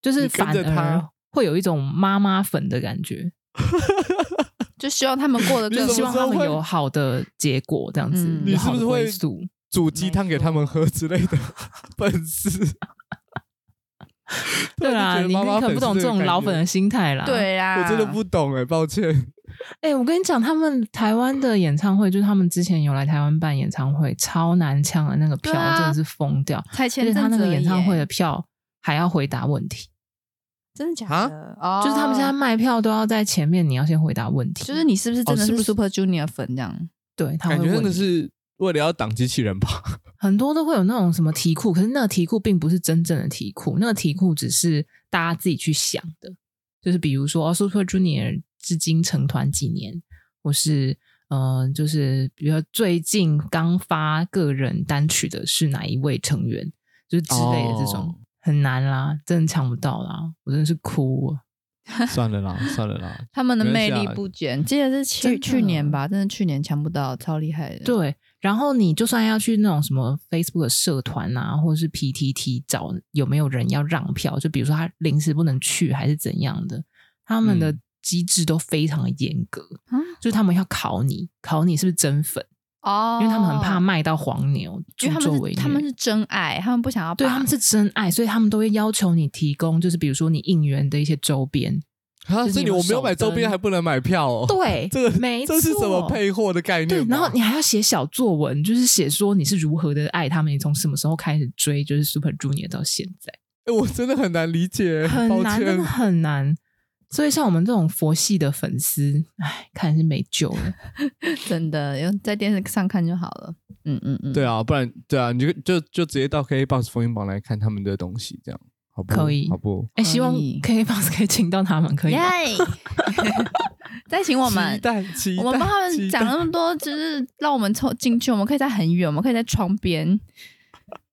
Speaker 2: 就是
Speaker 1: 你跟
Speaker 2: 反
Speaker 1: 着
Speaker 2: 而
Speaker 1: 他
Speaker 2: 会有一种妈妈粉的感觉，
Speaker 3: 就希望他们 过得
Speaker 1: 你
Speaker 3: 更
Speaker 1: 怎么
Speaker 2: 希望
Speaker 1: 知
Speaker 2: 他
Speaker 1: 道
Speaker 2: 们
Speaker 1: 会
Speaker 2: 有好的结果，这样子，
Speaker 3: 嗯
Speaker 2: 有
Speaker 1: 你是
Speaker 2: 好
Speaker 1: 不
Speaker 2: 的
Speaker 1: 是
Speaker 2: 归
Speaker 1: 会
Speaker 2: 宿。
Speaker 1: 煮鸡汤给他们喝之类的粉丝？
Speaker 2: 对啦，
Speaker 1: 突然就觉得
Speaker 2: 你
Speaker 1: 妈妈
Speaker 2: 你可
Speaker 1: 粉
Speaker 2: 不
Speaker 1: 是
Speaker 2: 懂
Speaker 1: 这
Speaker 2: 这
Speaker 1: 个
Speaker 2: 种
Speaker 1: 概
Speaker 2: 老粉啊
Speaker 1: 念
Speaker 2: 的心态啦。，
Speaker 3: 对啊 啦，
Speaker 1: 我真的不懂哎、抱歉。
Speaker 2: 哎、我跟你讲，他们台湾的演唱会，就是他们之前有来台湾办演唱会，超难抢的那个票，
Speaker 3: 对啊
Speaker 2: 真的是疯掉。
Speaker 3: 才
Speaker 2: 而
Speaker 3: 前
Speaker 2: 且
Speaker 3: 阵子
Speaker 2: 他那个演唱会
Speaker 3: 而已
Speaker 2: 的
Speaker 3: 耶
Speaker 2: 票还要回答问题，
Speaker 3: 真的假
Speaker 1: 啊
Speaker 3: 的？哦，
Speaker 2: 就是他们现在卖票都要在前面，你要先回答问题。
Speaker 3: 就是你是不是真的
Speaker 1: 哦是不
Speaker 3: 是
Speaker 1: 是
Speaker 3: Super Junior 粉这样？
Speaker 2: 对，他会
Speaker 1: 感觉那
Speaker 2: 啊问
Speaker 1: 个
Speaker 2: 你
Speaker 1: 是为了要挡机器人 吧？
Speaker 2: 很多都会有那种什么题库，可是那个题库并不是真正的题库，那个题库只是大家自己去想的，就是比如说、哦、Super Junior 至今成团几年，或是嗯、呃就是比如说最近刚发个人单曲的是哪一位成员，就是之类的这种、
Speaker 1: 哦
Speaker 2: 很难啦，真的抢不到啦，我真的是哭啊！
Speaker 1: 算了啦，算了啦。
Speaker 3: 他们的
Speaker 1: 没
Speaker 3: 魅
Speaker 1: 关系
Speaker 3: 力
Speaker 1: 啊
Speaker 3: 不减，记得是去
Speaker 2: 真的啊
Speaker 3: 去年吧，真的去年抢不到，超厉害的。，
Speaker 2: 对，然后你就算要去那种什么 Facebook 的社团啊，或者是 PTT 找有没有人要让票，就比如说他临时不能去还是怎样的，他们的
Speaker 1: 嗯
Speaker 2: 机制都非常的严格，
Speaker 3: 啊
Speaker 2: 就是他们要考你，考你是不是真粉，
Speaker 3: 哦，
Speaker 2: 啊因为他们很怕，卖到黄牛，助
Speaker 3: 因为他
Speaker 2: 纣
Speaker 3: 们
Speaker 2: 为
Speaker 3: 是
Speaker 2: 虐
Speaker 3: 他们是真爱，他们不想要
Speaker 2: 对啊
Speaker 3: 把
Speaker 2: 他们是真爱，所以他们都会要求你提供，就是比如说你应援的一些周边，
Speaker 1: 啊，
Speaker 2: 就是
Speaker 1: 所以
Speaker 2: 你
Speaker 1: 你
Speaker 2: 有
Speaker 1: 我没有
Speaker 2: 手
Speaker 1: 买周边
Speaker 2: 灯
Speaker 1: 还不能买票哦？
Speaker 2: 对，
Speaker 1: 这个
Speaker 2: 没
Speaker 1: 这是什么
Speaker 2: 错
Speaker 1: 配货的概念啊
Speaker 2: 对
Speaker 1: 吧？，
Speaker 2: 然后你还要写小作文，就是写说你是如何的爱他们，你从什么时候开始追，就是 Super Junior 到现 在，
Speaker 1: 哎、我真的很难理解，
Speaker 2: 很
Speaker 1: 哎抱
Speaker 2: 难，真
Speaker 1: 歉
Speaker 2: 的。很难。所以像我们这种佛系的粉丝，哎，看来是没救了。
Speaker 3: 真的，要在电视上看就好了。嗯嗯嗯，
Speaker 1: 对啊，不然对啊，你就就就直接到 KBox 风云榜来看他们的东西，这样好不？
Speaker 2: 可以
Speaker 1: 好不？
Speaker 2: 哎，
Speaker 3: 可
Speaker 2: 希望
Speaker 3: 以
Speaker 2: KKBOX 可以 请到他们，可以
Speaker 3: 耶
Speaker 2: 吗？！
Speaker 3: 再请我们
Speaker 1: 期，待期待，
Speaker 3: 我们帮他
Speaker 1: 期
Speaker 3: 们
Speaker 1: 待
Speaker 3: 讲那么多，就是让我们凑进去，我们可以在很远，我们可以在窗边，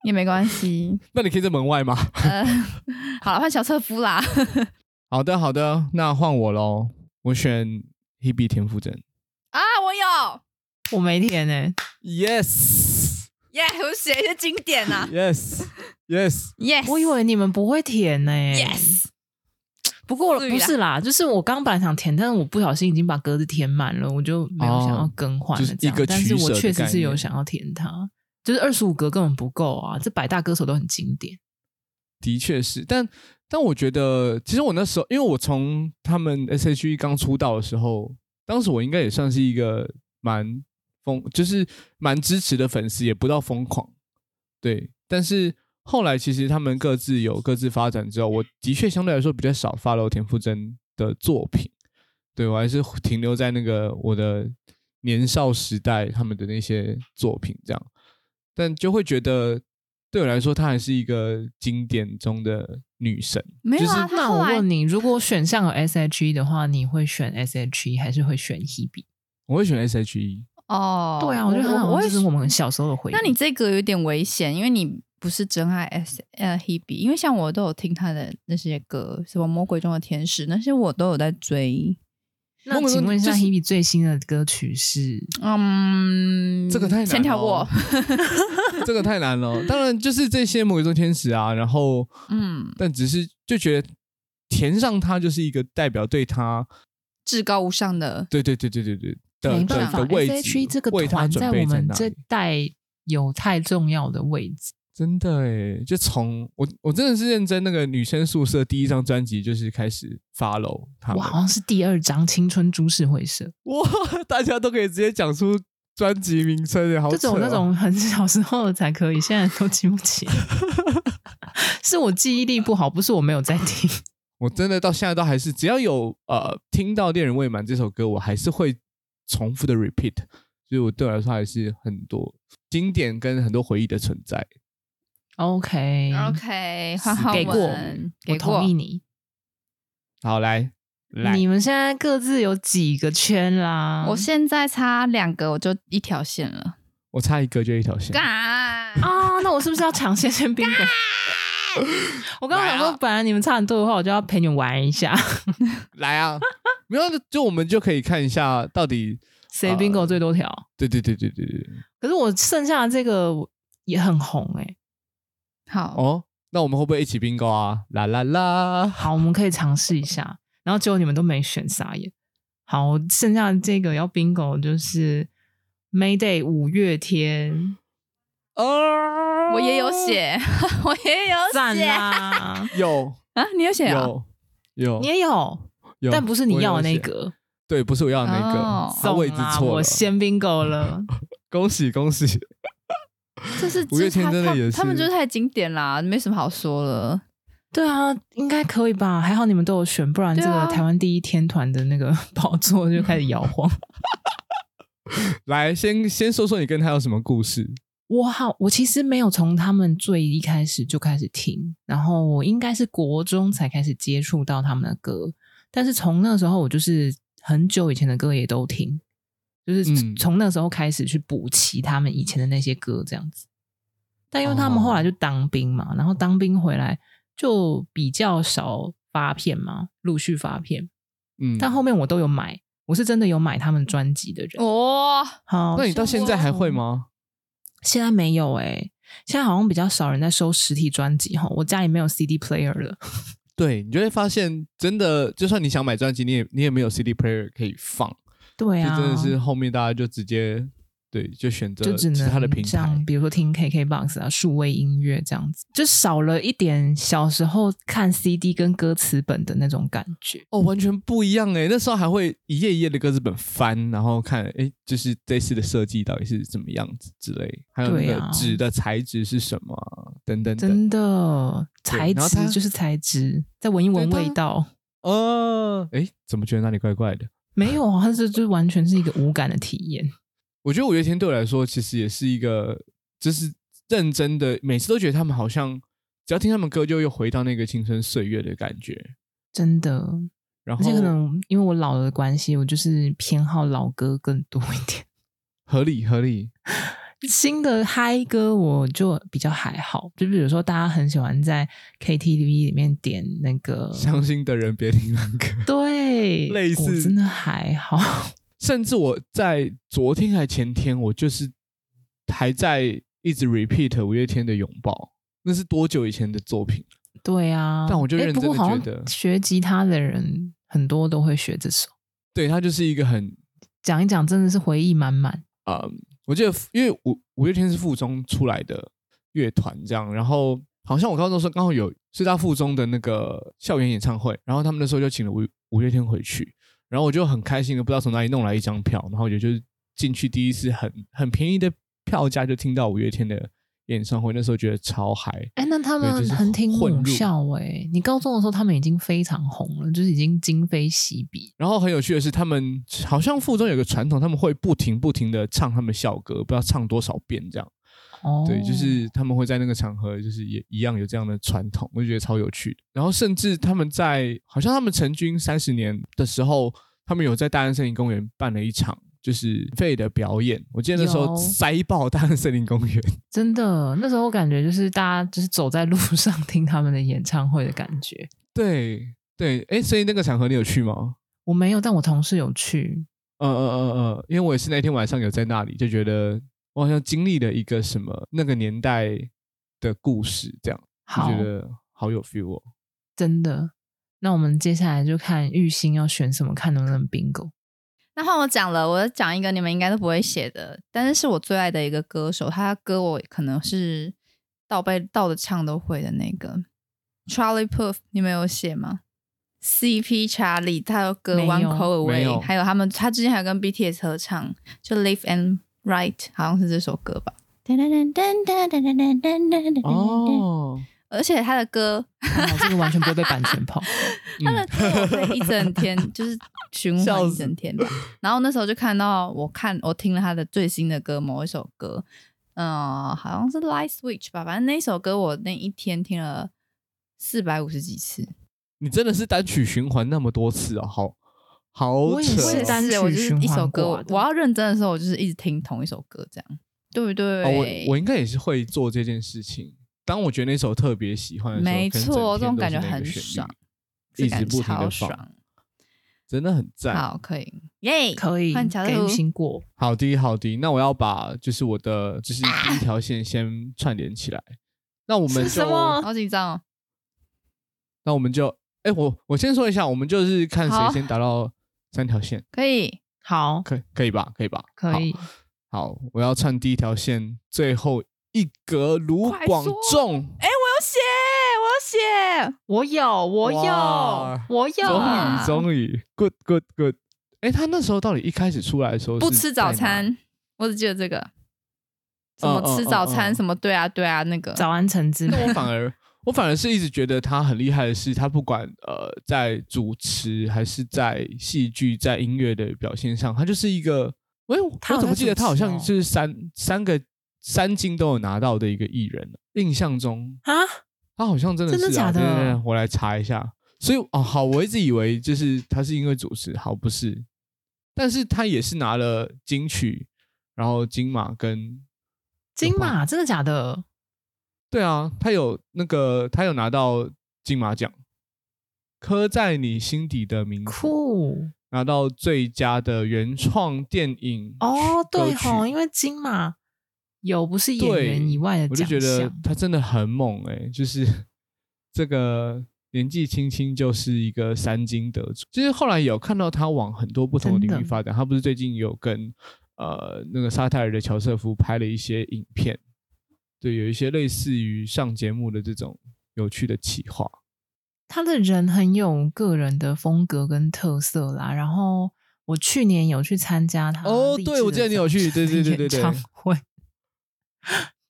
Speaker 3: 也没关系。
Speaker 1: 那你可以在门外吗？
Speaker 3: 呃，好了，换小车夫啦。
Speaker 1: 好的，好的，那换我喽，我选 Hebe 田馥甄。
Speaker 3: 啊，我有，
Speaker 2: 我没填呢，
Speaker 1: Yes,
Speaker 3: 耶、我写一些经典呐、
Speaker 1: yes, yes。
Speaker 3: Yes，
Speaker 2: 我以为你们不会填呢。
Speaker 3: Yes，
Speaker 2: 不过
Speaker 3: 至于啦
Speaker 2: 不是啦，就是我刚本来想填，但是我不小心已经把格子填满了，我就没有想要更换
Speaker 1: 哦就
Speaker 2: 了
Speaker 1: 是
Speaker 2: 这样。
Speaker 1: 一个
Speaker 2: 但是
Speaker 1: 取舍
Speaker 2: 我
Speaker 1: 的
Speaker 2: 确实
Speaker 1: 概
Speaker 2: 是
Speaker 1: 念
Speaker 2: 有想要填它，就是二十五格根本不够啊！这百大歌手都很经典，
Speaker 1: 的确是，但但我觉得，其实我那时候，因为我从他们 S.H.E 刚出道的时候，当时我应该也算是一个蛮疯，就是蛮支持的粉丝，也不到疯狂，对。但是后来其实他们各自有各自发展之后，我的确相对来说比较少 follow 田馥甄的作品，对我还是停留在那个我的年少时代他们的那些作品这样，但就会觉得对我来说，她还是一个经典中的女神。
Speaker 3: 没有啊，他
Speaker 2: 那
Speaker 3: 后
Speaker 2: 我
Speaker 3: 来
Speaker 2: 问你，如果选项有 S.H.E 的话，你会选 S.H.E 还是会选 Hebe？
Speaker 1: 我会选 E S.H.E，
Speaker 3: 哦，
Speaker 2: 对啊，我觉得很好，
Speaker 3: 我
Speaker 2: 这
Speaker 3: 也
Speaker 2: 是我们小时候的回忆。
Speaker 3: 那你这个有点危险，因为你不是真爱 S 呃 Hebe，因为像我都有听他的那些歌，什么《魔鬼中的天使》那些我都有在追。
Speaker 2: 那请问一下，Hebe 最新的歌曲是？
Speaker 3: 嗯，
Speaker 1: 这个太难
Speaker 3: 先跳过
Speaker 1: 了。
Speaker 2: 哦
Speaker 1: 这个太难了。当然就是这些魔鬼中天使啊，然后
Speaker 3: 嗯，
Speaker 1: 但只是就觉得填上她就是一个代表对她，
Speaker 3: 至高无上的
Speaker 1: 对对对对对对的
Speaker 2: 没
Speaker 1: 的
Speaker 2: 办法
Speaker 1: 的位置
Speaker 2: ，S.H.E 这个
Speaker 1: 为她
Speaker 2: 团
Speaker 1: 准
Speaker 2: 在
Speaker 1: 备
Speaker 2: 我
Speaker 1: 在
Speaker 2: 们
Speaker 1: 哪
Speaker 2: 这
Speaker 1: 里？
Speaker 2: 代有太重要的位置。
Speaker 1: 真的诶，就从我我真的是认真那个女生宿舍第一张专辑就是开始 follow 他们，
Speaker 2: 我好像是第二张《青春株式会社》
Speaker 1: 哇， 大家都可以直接讲出专辑名称耶，好
Speaker 2: 这
Speaker 1: 扯哦、
Speaker 2: 种那种很小时候的才可以，现在都记不 起。是我记忆力不好，不是我没有在 听。
Speaker 1: 我真的到现在都还是，只要有呃听到《恋人未满》这首歌，我还是会重复的 repeat，所以我对我来说还是很多经典跟很多回忆的存在。
Speaker 2: OK，,
Speaker 3: OK，花花
Speaker 2: 嗯给过
Speaker 3: 文
Speaker 2: 我
Speaker 3: 给过
Speaker 2: 同意你。
Speaker 1: 好，来来，
Speaker 2: 你们现在各自有几个圈啦？
Speaker 3: 我现在差两个，我就一条线了。
Speaker 1: 我差一个就一条线。
Speaker 3: 干，
Speaker 2: 啊，那我是不是要抢先先 bingo？我刚刚想
Speaker 1: 来
Speaker 2: 说
Speaker 1: 啊，
Speaker 2: 本来你们差很多的话，我就要陪你玩一下。
Speaker 1: 来啊，没有，就我们就可以看一下到底
Speaker 2: 谁 bingo 最多条？
Speaker 1: 对对对对对对。对
Speaker 2: 可是我剩下的这个也很红哎、
Speaker 3: 好，
Speaker 1: 哦，那我们会不会一起 bingo 啊？啦啦啦！
Speaker 2: 好，我们可以尝试一下。然后结果你们都没选，傻眼。好，剩下的这个要 bingo 就是 Mayday 五月天，
Speaker 1: 哦，
Speaker 3: 我也有，写， 我也有
Speaker 2: 哦赞啊
Speaker 3: 写
Speaker 2: 啦！
Speaker 1: 有
Speaker 3: 啊，你有写啊？
Speaker 1: 有有
Speaker 2: 你也有，
Speaker 1: 有，
Speaker 2: 但不是你要的那
Speaker 1: 我有写，
Speaker 2: 个，
Speaker 1: 对，不是我要的那
Speaker 3: 哦
Speaker 1: 个，他位置
Speaker 2: 送啦啊
Speaker 1: 错了
Speaker 2: 我。先 bingo 了。
Speaker 1: 恭喜恭喜！
Speaker 3: 这是
Speaker 1: 五月天
Speaker 3: 这
Speaker 1: 真的
Speaker 3: 他
Speaker 1: 也
Speaker 3: 他们
Speaker 1: 是
Speaker 3: 就是太经典啦，没什么好说了。
Speaker 2: 对啊，应该可以吧？还好你们都有选，不然这
Speaker 3: 对
Speaker 2: 个
Speaker 3: 啊
Speaker 2: 台湾第一天团的那个 宝座就开始摇晃。
Speaker 1: 来，先先说说你跟他有什么故事？
Speaker 2: 我好，我其实没有从他们最一开始就开始听，然后我应该是国中才开始接触到他们的歌，但是从那时候我就是很久以前的歌也都听，就是
Speaker 1: 嗯
Speaker 2: 从那时候开始去补齐他们以前的那些歌这样子。但因为他们
Speaker 3: 哦
Speaker 2: 后来就当兵嘛，然后当兵回来就比较少发片嘛，陆续发片，
Speaker 1: 嗯，
Speaker 2: 但后面我都有买，我是真的有买他们专辑的人。
Speaker 3: 哦，
Speaker 2: 好，
Speaker 1: 那你到现在还会吗？
Speaker 2: 现在没有哎、现在好像比较少人在收实体专辑哈，我家里没有 CD player 了。
Speaker 1: 对，你就会发现，真的，就算你想买专辑，你也你也没有 CD player 可以放，
Speaker 2: 对
Speaker 1: 就
Speaker 2: 啊，
Speaker 1: 真的是后面大家就直接对就选择
Speaker 2: 就只
Speaker 1: 其
Speaker 2: 能
Speaker 1: 他的平
Speaker 2: 这样，
Speaker 1: 台。
Speaker 2: 比如说听 KKBox 啊，数位音乐这样子，就少了一点小时候看 CD 跟歌词本的那种感觉。
Speaker 1: 哦，完全不一样哎！那时候还会一页一页的歌词本翻，然后看，哎，就是这次的设计到底是怎么样子之类，还有那
Speaker 2: 对
Speaker 1: 个
Speaker 2: 啊
Speaker 1: 纸的材质是什么啊，等等等。
Speaker 2: 真的，
Speaker 1: 对
Speaker 2: 材
Speaker 1: 然后它
Speaker 2: 质就是材质，再闻一闻
Speaker 1: 对它
Speaker 2: 味道，
Speaker 1: 哦，哎，怎么觉得哪里怪怪的？
Speaker 2: 没有啊，它是就完全是一个无感的体验。
Speaker 1: 我觉得五月天对我来说，其实也是一个，就是认真的，每次都觉得他们好像只要听他们歌，就又回到那个青春岁月的感觉。
Speaker 2: 真的，
Speaker 1: 然
Speaker 2: 而且可
Speaker 1: 后
Speaker 2: 能因为我老了的关系，我就是偏好老歌更多一点。
Speaker 1: 合理合理，
Speaker 2: 新的嗨歌我就比较还好，就比如说大家很喜欢在 KTV 里面点那个，
Speaker 1: 伤心的人别听那个。
Speaker 2: 对，
Speaker 1: 类似
Speaker 2: 我真的还好，
Speaker 1: 甚至我在昨天还前天，我就是还在一直 repeat 五月天的《拥抱》，那是多久以前的作品？
Speaker 2: 对啊。
Speaker 1: 但我就
Speaker 2: 诶
Speaker 1: 认
Speaker 2: 不过
Speaker 1: 真地
Speaker 2: 好像
Speaker 1: 觉得
Speaker 2: 学吉他的人很多都会学这首，
Speaker 1: 对，它就是一个很
Speaker 2: 讲一讲真的是回忆满满。
Speaker 1: 呃，我记得因为五五月天是附中出来的乐团，这样，然后好像我高中的时候刚好有师大附中的那个校园演唱会，然后他们那时候就请了五五月天回去，然后我就很开心的不知道从哪里弄来一张票，然后我就就是进去第一次很很便宜的票价就听到五月天的演唱会，那时候觉得超嗨，
Speaker 2: 哎，那他
Speaker 1: 对
Speaker 2: 们
Speaker 1: 就是
Speaker 2: 很听
Speaker 1: 混入
Speaker 2: 母校哎、你高中的时候他们已经非常红了，就是已经今非昔比。
Speaker 1: 然后很有趣的是，他们好像附中有个传统，他们会不停不停的唱他们校歌，不知道唱多少遍这样。
Speaker 2: 哦，
Speaker 1: 对，就是他们会在那个场合，就是也一样有这样的传统，我就觉得超有趣的。然后甚至他们在好像他们成军三十年的时候，他们有在大安森林公园办了一场就是费的表演，我记得那时候
Speaker 2: 有
Speaker 1: 塞爆大安森林公园。
Speaker 2: 真的，那时候感觉就是大家就是走在路 上听他们的演唱会的感觉。
Speaker 1: 对对，哎，所以那个场合你有去吗？
Speaker 2: 我没有，但我同事有去。
Speaker 1: 呃呃呃呃，因为我也是那天晚上有在那里，就觉得我好像经历了一个什么那个年代的故事，这样就
Speaker 2: 好
Speaker 1: 觉，得好有 feel 哦。
Speaker 2: 真的。那我们接下来就看玉兴要选什么，看能不 能 bingo。
Speaker 3: 那换我讲了，我讲一个你们应该都不会写的，但是是我最爱的一个歌手，他的歌我可能是倒背倒着唱都会的那个 Charlie Puth，你们有写吗？CP Charlie 他的歌
Speaker 2: 没有
Speaker 3: One Call
Speaker 1: 没有
Speaker 3: Away，还有他们他之前还有跟 BTS 合唱，就 Live and Right，好像是这首歌吧。
Speaker 2: 嗯
Speaker 1: 哦，
Speaker 3: 而且他的歌，
Speaker 2: 哇这个完全不会被版权 跑。
Speaker 1: 嗯
Speaker 3: 他的歌我会一整天，就是循
Speaker 1: 笑
Speaker 3: 环
Speaker 1: 死
Speaker 3: 一整天吧。然后那时候就看到，我看我听了他的最新的歌，某一首歌，嗯、好像是《Light Switch》吧，反正那首歌我那一天听了四百五十几次。
Speaker 1: 你真的是单曲循环那么多次哦，好好
Speaker 2: 我也
Speaker 1: 扯
Speaker 3: 我
Speaker 2: 是
Speaker 3: 也
Speaker 1: 哦
Speaker 2: 单曲
Speaker 3: 是，我就是一
Speaker 2: 循
Speaker 3: 首
Speaker 2: 环
Speaker 3: 歌，
Speaker 2: 挂
Speaker 3: 我
Speaker 2: 的
Speaker 3: 我要认真的时候，我就是一直听同一首歌，这样对不对？
Speaker 1: 哦我我应该也是会做这件事情。当我觉得那首特别喜欢的时候，
Speaker 3: 没
Speaker 1: 可能整
Speaker 3: 错，
Speaker 1: 天
Speaker 3: 这种
Speaker 1: 都
Speaker 3: 感
Speaker 1: 是
Speaker 3: 觉
Speaker 1: 那个
Speaker 3: 很
Speaker 1: 旋律
Speaker 3: 爽，
Speaker 1: 一
Speaker 3: 这
Speaker 1: 直
Speaker 3: 感觉
Speaker 1: 不停的
Speaker 3: 超
Speaker 1: 放
Speaker 3: 爽。
Speaker 1: 真的很赞。
Speaker 3: 好，可以，耶！
Speaker 2: 可以
Speaker 3: 换角
Speaker 2: 给
Speaker 3: 度
Speaker 2: 予新果。
Speaker 1: 好的，好的，那我要把就是我的就是第一条线先串联起来。那我们
Speaker 2: 是什
Speaker 1: 就
Speaker 2: 么
Speaker 3: 好紧张哦。
Speaker 1: 那我们就哎、我我先说一下，我们就是看
Speaker 3: 好
Speaker 1: 谁先达到三条线，
Speaker 3: 可以，
Speaker 2: 好，
Speaker 1: 可可以吧？可以吧？
Speaker 2: 可以。
Speaker 1: 好。好，我要串第一条线，最后一格卢
Speaker 3: 快
Speaker 1: 广
Speaker 3: 说
Speaker 1: 仲。
Speaker 3: 我写，我写，
Speaker 2: 我有，我有
Speaker 1: 哇，
Speaker 2: 我
Speaker 1: 终
Speaker 2: 有。
Speaker 1: 于，
Speaker 3: 啊
Speaker 1: 终于，good good good。哎，他那时候到底一开始出来的时候
Speaker 3: 不
Speaker 1: 是
Speaker 3: 吃
Speaker 1: 在
Speaker 3: 早
Speaker 1: 哪，
Speaker 3: 餐，我只记得这个。什么吃早
Speaker 1: 嗯嗯嗯
Speaker 3: 餐？
Speaker 1: 嗯
Speaker 3: 什么对啊对啊，那个
Speaker 2: 早安橙汁，
Speaker 1: 那我反而我反而是一直觉得他很厉害的是，他不管呃在主持还是在戏剧、在音乐的表现上，他就是一个，哎，我
Speaker 2: 他
Speaker 1: 我
Speaker 2: 有
Speaker 1: 怎么
Speaker 2: 在
Speaker 1: 记得
Speaker 2: 主持
Speaker 1: 他好像
Speaker 2: 哦
Speaker 1: 就是三三个三金都有拿到的一个艺人，印象中
Speaker 2: 啊，
Speaker 1: 他好像真的是、啊、
Speaker 2: 真的假的
Speaker 1: 对对对我来查一下。所以哦，好，我一直以为就是他是因为主持，好不是，但是他也是拿了金曲，然后金马跟
Speaker 2: 金马真的假的？
Speaker 1: 对啊，他有那个他有拿到金马奖，刻在你心底的名字，
Speaker 2: 酷
Speaker 1: 拿到最佳的原创电影
Speaker 2: 哦，对
Speaker 1: 吼
Speaker 2: 吼，，因为金马有不是演
Speaker 1: 对
Speaker 2: 员以外的
Speaker 1: 我就
Speaker 2: 奖
Speaker 1: 觉得
Speaker 2: 项，
Speaker 1: 他真的很猛哎、就是 这个年纪轻轻就是一个三金得主。就是后来有看到他往很多不同的
Speaker 2: 真的
Speaker 1: 领域发展，他不是最近有跟呃那个沙泰尔的乔瑟夫拍了一些影片，对，有一些类似于上节目的这种有趣的企划。
Speaker 2: 他的人很有个人的风格跟特色啦。然后我去年有去参加他
Speaker 1: 哦
Speaker 2: 啊励志
Speaker 1: 对我
Speaker 2: 的
Speaker 1: 记得你
Speaker 2: 早
Speaker 1: 有去
Speaker 2: 晨
Speaker 1: 对 对对对对
Speaker 2: 演唱会。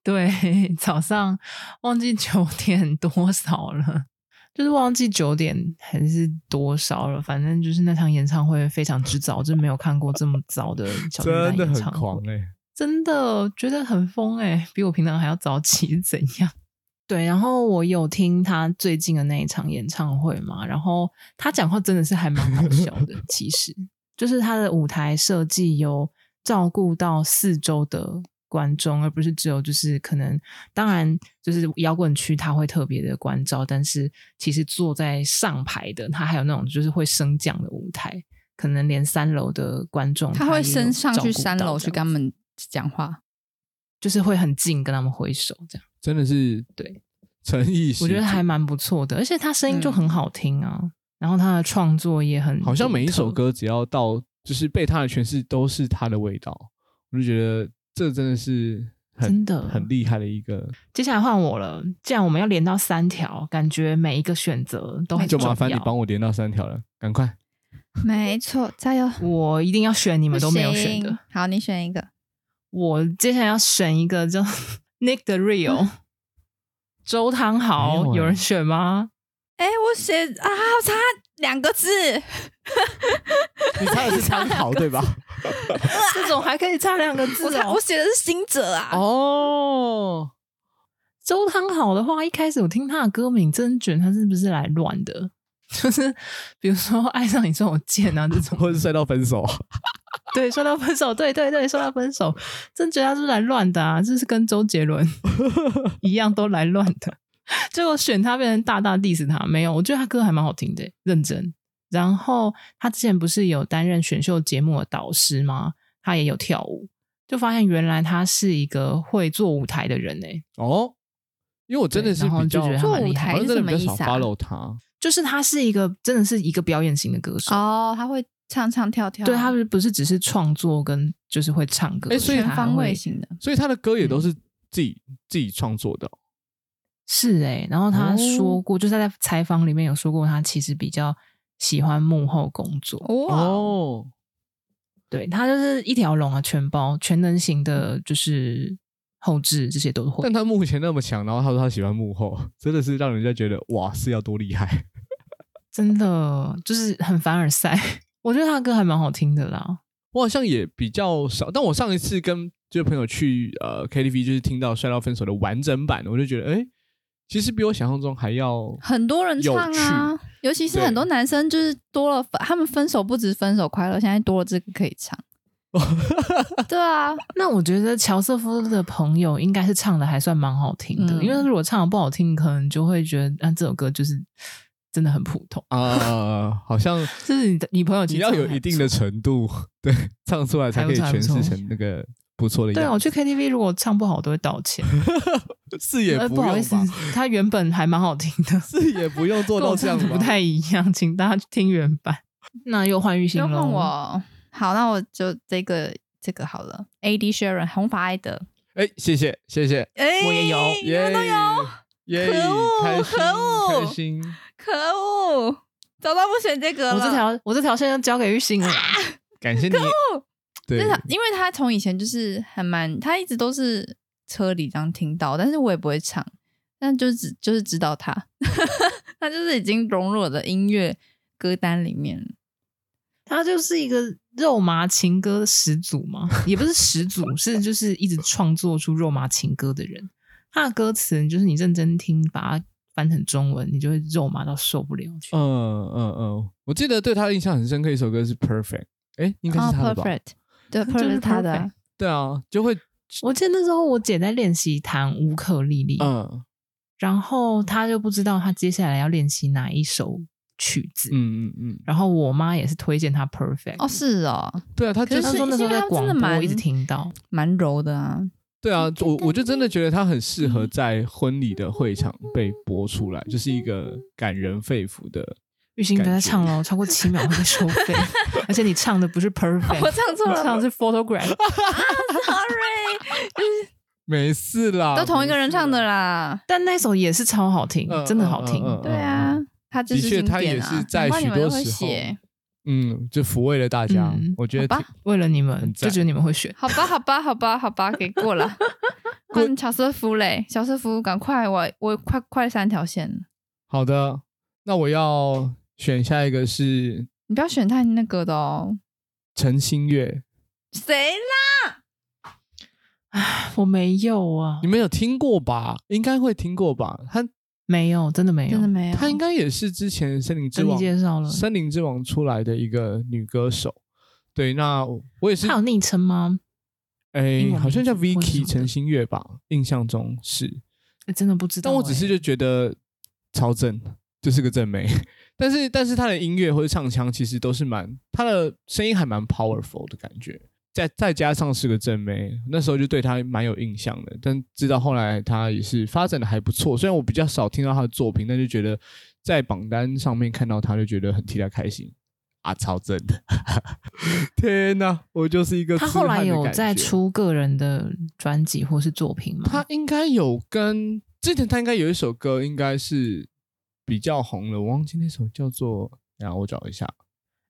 Speaker 2: 对， 早上忘记九点多少了，就是忘记九点还是多少了，反正就是那场演唱会非常之早，就没有看过这么早的小巨蛋
Speaker 1: 真的
Speaker 2: 演
Speaker 1: 很
Speaker 2: 唱
Speaker 1: 狂
Speaker 2: 会。
Speaker 1: 哎、
Speaker 2: 真的觉得很疯哎、比我平常还要早起是怎样？ 对，然后我有听他最近的那一场演唱会嘛，然后他讲话真的是还蛮好笑的，其实就是他的舞台设计有照顾到四周的观众，而不是只有就是可能，当然就是摇滚区他会特别的关照，但是其实坐在上排的他还有那种就是会升降的舞台，可能连三楼的观众
Speaker 3: 他
Speaker 2: 也
Speaker 3: 会
Speaker 2: 有
Speaker 3: 升上
Speaker 2: 照
Speaker 3: 去
Speaker 2: 顾
Speaker 3: 三
Speaker 2: 到
Speaker 3: 楼
Speaker 2: 这
Speaker 3: 去
Speaker 2: 样
Speaker 3: 跟他们讲话。
Speaker 2: 就是会很近跟他们挥手这样，
Speaker 1: 真的是
Speaker 2: 对
Speaker 1: 诚意十足。
Speaker 2: 我觉得还蛮不错的，而且他声音就很好听啊，然后他的创作也很
Speaker 1: 嗯好像每一首
Speaker 2: 独特，
Speaker 1: 歌只要到就是被他的诠释都是他的味道，我就觉得这真的是很
Speaker 2: 真的
Speaker 1: 很厉害的一个，
Speaker 2: 接下来换我了，既然我们要连到三条，感觉每一个选择都很
Speaker 1: 就
Speaker 2: 重
Speaker 1: 麻烦你
Speaker 2: 要
Speaker 1: 帮我连到三条了，赶快。
Speaker 3: 没错，加油！
Speaker 2: 我一定要选你
Speaker 3: 你
Speaker 2: 们都没有选的，。
Speaker 3: 好，你选一个。
Speaker 2: 我接下来要选一个叫 Nick the Real，周汤
Speaker 1: 没有
Speaker 2: 豪，
Speaker 1: 欸
Speaker 2: 有人选吗？
Speaker 3: 哎，我写啊，我差两个字。
Speaker 1: 你猜的是参 考对吧？
Speaker 2: 这种还可以差两个字
Speaker 3: 我差
Speaker 2: 哦
Speaker 3: 我。写的是行者啊。
Speaker 1: 哦，
Speaker 2: 周汤好的话，一开始我听他的歌名，真觉得他是不是来乱的？ 就是比如说爱上你这种贱啊这种，
Speaker 1: 或者是摔到分手，
Speaker 2: 对，说到分手， 对对对，说到分手，真觉得他是来乱的啊，就是跟周杰伦 一样都来乱的。 结果选他变成大大 diss 他，没有，我觉得他歌还蛮好听的，认真。然后他之前不是有担任选秀节目的导师吗？他也有跳舞，就发现原来他是一个会做舞台的人欸诶，
Speaker 1: 哦，因为我真的是
Speaker 2: 对然后
Speaker 1: 比
Speaker 2: 就
Speaker 1: 较
Speaker 2: 觉得他
Speaker 3: 做
Speaker 2: 蛮
Speaker 3: 舞
Speaker 2: 厉
Speaker 1: 好
Speaker 2: 害
Speaker 3: 台
Speaker 1: 像
Speaker 3: 是
Speaker 1: 真
Speaker 3: 什
Speaker 1: 的
Speaker 3: 么
Speaker 1: 比较
Speaker 3: 意
Speaker 1: 少
Speaker 3: 思啊？
Speaker 1: follow 他，
Speaker 2: 就是他是一个真的是一个表演型的歌手，
Speaker 3: 哦，他会唱唱跳跳。
Speaker 2: 对他不是不是只是创作跟就是会唱歌，
Speaker 1: 诶所以
Speaker 2: 他
Speaker 3: 全
Speaker 2: 还
Speaker 3: 哎方
Speaker 2: 会
Speaker 3: 位型的。
Speaker 1: 所以他的歌也
Speaker 2: 嗯
Speaker 1: 都是自己自己创作的哦。
Speaker 2: 是哎、然后他
Speaker 1: 哦
Speaker 2: 说过，就是他在采访里面有说过，他其实比较喜欢幕后工作，
Speaker 3: 哇，
Speaker 1: 哦，
Speaker 2: 对他就是一条龙啊，全包全能型的，就是后置这些都会
Speaker 1: 哦但。他目前那么强，然后他说他喜欢幕后，真的是让人家觉得哇是要多厉害。
Speaker 2: 真的就是很凡尔赛。 我觉得他的歌还蛮好听的啦。
Speaker 1: 我好像也比较少，但我上一次跟这个朋友去呃 KTV，就是听到《摔到分手》的完整版，我就觉得哎、诶其实比我想象中还要
Speaker 3: 很多人唱
Speaker 1: 有
Speaker 3: 啊，尤其是很多男生，就是多了，他们分手不止分手快乐，现在多了这个可以 唱。对啊，
Speaker 2: 那我觉得乔瑟夫的朋友应该是唱的还算蛮好听的，
Speaker 3: 嗯
Speaker 2: 因为如果唱的不好听，可能就会觉得啊这首歌就是真的很普通，
Speaker 1: 啊，好像
Speaker 2: 这是你的你朋友 其
Speaker 1: 你
Speaker 2: 实
Speaker 1: 要
Speaker 2: 唱
Speaker 1: 有
Speaker 2: 得还
Speaker 1: 一定
Speaker 2: 不
Speaker 1: 的
Speaker 2: 错
Speaker 1: 程度，对，唱出来才可以
Speaker 2: 还不
Speaker 1: 诠
Speaker 2: 错还不
Speaker 1: 释
Speaker 2: 错
Speaker 1: 成那个不错的
Speaker 2: 对啊，
Speaker 1: 样
Speaker 2: 我
Speaker 1: 子。
Speaker 2: 去 KTV 如果唱不好，我都会道歉。
Speaker 1: 是 也
Speaker 2: 呃，
Speaker 1: 不
Speaker 2: 不好
Speaker 1: 用
Speaker 2: 意思
Speaker 1: 吧，，
Speaker 2: 他原本还蛮好听的，
Speaker 1: 是也不用 做
Speaker 2: 跟
Speaker 1: 到
Speaker 2: 我
Speaker 1: 这
Speaker 2: 唱
Speaker 1: 样
Speaker 2: 的
Speaker 1: 吧
Speaker 2: 不。太一样，请大家听原版。那又换玉兴
Speaker 3: 又
Speaker 2: 了，
Speaker 3: 换我，好，那我就这个这个好了。A D Sharon 红发爱德，
Speaker 1: 哎，谢谢谢谢，
Speaker 3: 哎、
Speaker 2: 我也有
Speaker 3: 你们都有，
Speaker 1: 耶，
Speaker 3: 可恶
Speaker 1: 开心
Speaker 3: 可恶
Speaker 1: 开心，
Speaker 3: 可恶，早知道不选这个了。
Speaker 2: 我这条我这条线就交给玉兴了啦。
Speaker 1: 感谢你。对
Speaker 3: 但是，他因为他从以前就是还蛮，他一直都是车里这样听到，但是我也不会唱，但就只就是知道他， 他就是已经融入我的音乐歌单里面了。
Speaker 2: 他就是一个肉麻情歌始祖嘛，也不是始祖，是就是一直创作出肉麻情歌的人。他的歌词就是你认真听，把它翻成中文，你就会肉麻到受不了去。
Speaker 1: 嗯嗯嗯，我记得对他的印象很深刻一首歌是 Perfect，哎，应该
Speaker 3: 哦
Speaker 1: 是他的吧？
Speaker 3: ，Perfect，对
Speaker 2: 就是
Speaker 3: ，Perfect 是他的
Speaker 2: Perfect
Speaker 3: 啊，
Speaker 1: 对啊，就会
Speaker 2: 我记得那时候我姐在练习弹乌克丽丽，
Speaker 1: 嗯
Speaker 2: 然后她就不知道她接下来要练习哪一首曲子，
Speaker 1: 嗯嗯嗯，
Speaker 2: 然后我妈也是推荐她 Perfect，、
Speaker 3: 哦，是哦，
Speaker 1: 对啊，他就
Speaker 3: 可
Speaker 2: 她
Speaker 3: 是
Speaker 2: 说那时候在广
Speaker 3: 因为他们真的
Speaker 2: 播
Speaker 3: 蛮
Speaker 2: 一直听到，
Speaker 3: 蛮柔的啊。
Speaker 1: 对啊，我我就真的觉得他很适
Speaker 3: 嗯
Speaker 1: 合在婚礼的会场被播出来，就是一个感人肺腑的。
Speaker 2: 玉兴不要再
Speaker 1: 感觉
Speaker 2: 唱了，超过七秒会被收 费，而且你唱的不是 Perfect，
Speaker 3: 哦我唱错
Speaker 2: 你
Speaker 3: 了啊
Speaker 2: 唱的是 Photograph。
Speaker 3: Sorry，
Speaker 1: 没事啦，
Speaker 3: 都同一个人唱的
Speaker 1: 没事啦。
Speaker 3: 啦。
Speaker 2: 但那首也是超好听，
Speaker 1: 嗯
Speaker 2: 真的好听。
Speaker 1: 嗯嗯嗯
Speaker 3: 对啊
Speaker 1: 嗯，
Speaker 3: 他就是
Speaker 1: 的确
Speaker 3: 经
Speaker 1: 他
Speaker 3: 典
Speaker 1: 也
Speaker 3: 啊
Speaker 1: 是在
Speaker 3: 难怪你
Speaker 1: 许
Speaker 3: 们
Speaker 1: 多
Speaker 3: 都会
Speaker 1: 时候
Speaker 3: 写
Speaker 1: 嗯，就抚慰了大家。
Speaker 2: 嗯
Speaker 1: 我觉
Speaker 3: 好
Speaker 1: 得
Speaker 3: 吧
Speaker 1: 挺
Speaker 2: 为了你们
Speaker 1: 很，
Speaker 2: 就
Speaker 1: 赞
Speaker 2: 觉得你们会 选。
Speaker 3: 好吧，好吧，好吧，好吧，给过 了。换乔瑟夫嘞，乔瑟夫，赶快，我我快快三条线了。
Speaker 1: 好的。那我要选下一个是
Speaker 3: 你不要选太那个的哦。
Speaker 1: 陈星月，
Speaker 3: 谁啦？
Speaker 2: 我没有啊
Speaker 1: 你，们有听过吧？应该会听过吧？他
Speaker 2: 没有，真的没有
Speaker 3: 真的。没有。
Speaker 1: 他应该也是之前《森林之
Speaker 2: 跟你
Speaker 1: 王》
Speaker 2: 介绍了，
Speaker 1: 《森林之王》出来的一个女歌手。对，那我也是
Speaker 2: 他，有昵称吗？英
Speaker 1: 哎，
Speaker 2: 文
Speaker 1: 好像叫
Speaker 2: 名字或者什么
Speaker 1: Vicky
Speaker 2: 的
Speaker 1: 陈星月吧，印象中是。
Speaker 2: 哎真的不知道。
Speaker 1: 但我只是
Speaker 2: 哎
Speaker 1: 就觉得超正，就是个正妹。 但是，但是她的音乐或者唱腔其实都是蛮，她的声音还蛮 powerful 的感觉。再再加上是个正妹，那时候就对她蛮有印象的。但直到后来她也是发展的还不错，虽然我比较少听到她的作品，但就觉得在榜单上面看到她就觉得很替她开心啊，超正的！ 天哪，我就是一个
Speaker 2: 他
Speaker 1: 痴
Speaker 2: 后来
Speaker 1: 汉的
Speaker 2: 有
Speaker 1: 感
Speaker 2: 在
Speaker 1: 觉
Speaker 2: 出个人的专辑或是作品吗
Speaker 1: 他？应该有跟之前他应该有一首歌，应该是比较红了，我忘记那首叫做，然后我找一下。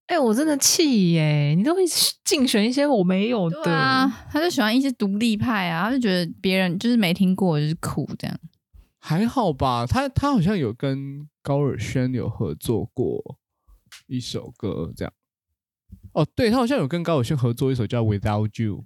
Speaker 2: 哎，我真的气耶！你都会竞选一些我没有
Speaker 3: 对
Speaker 2: 的。
Speaker 3: 啊，他就喜欢一些独立派啊，他就觉得别人就是没听过就是酷这样。
Speaker 1: 还好吧，他他好像有跟高尔宣有合作过一首歌，这样。哦，对，他好像有跟高尔宣合作一首叫《Without You》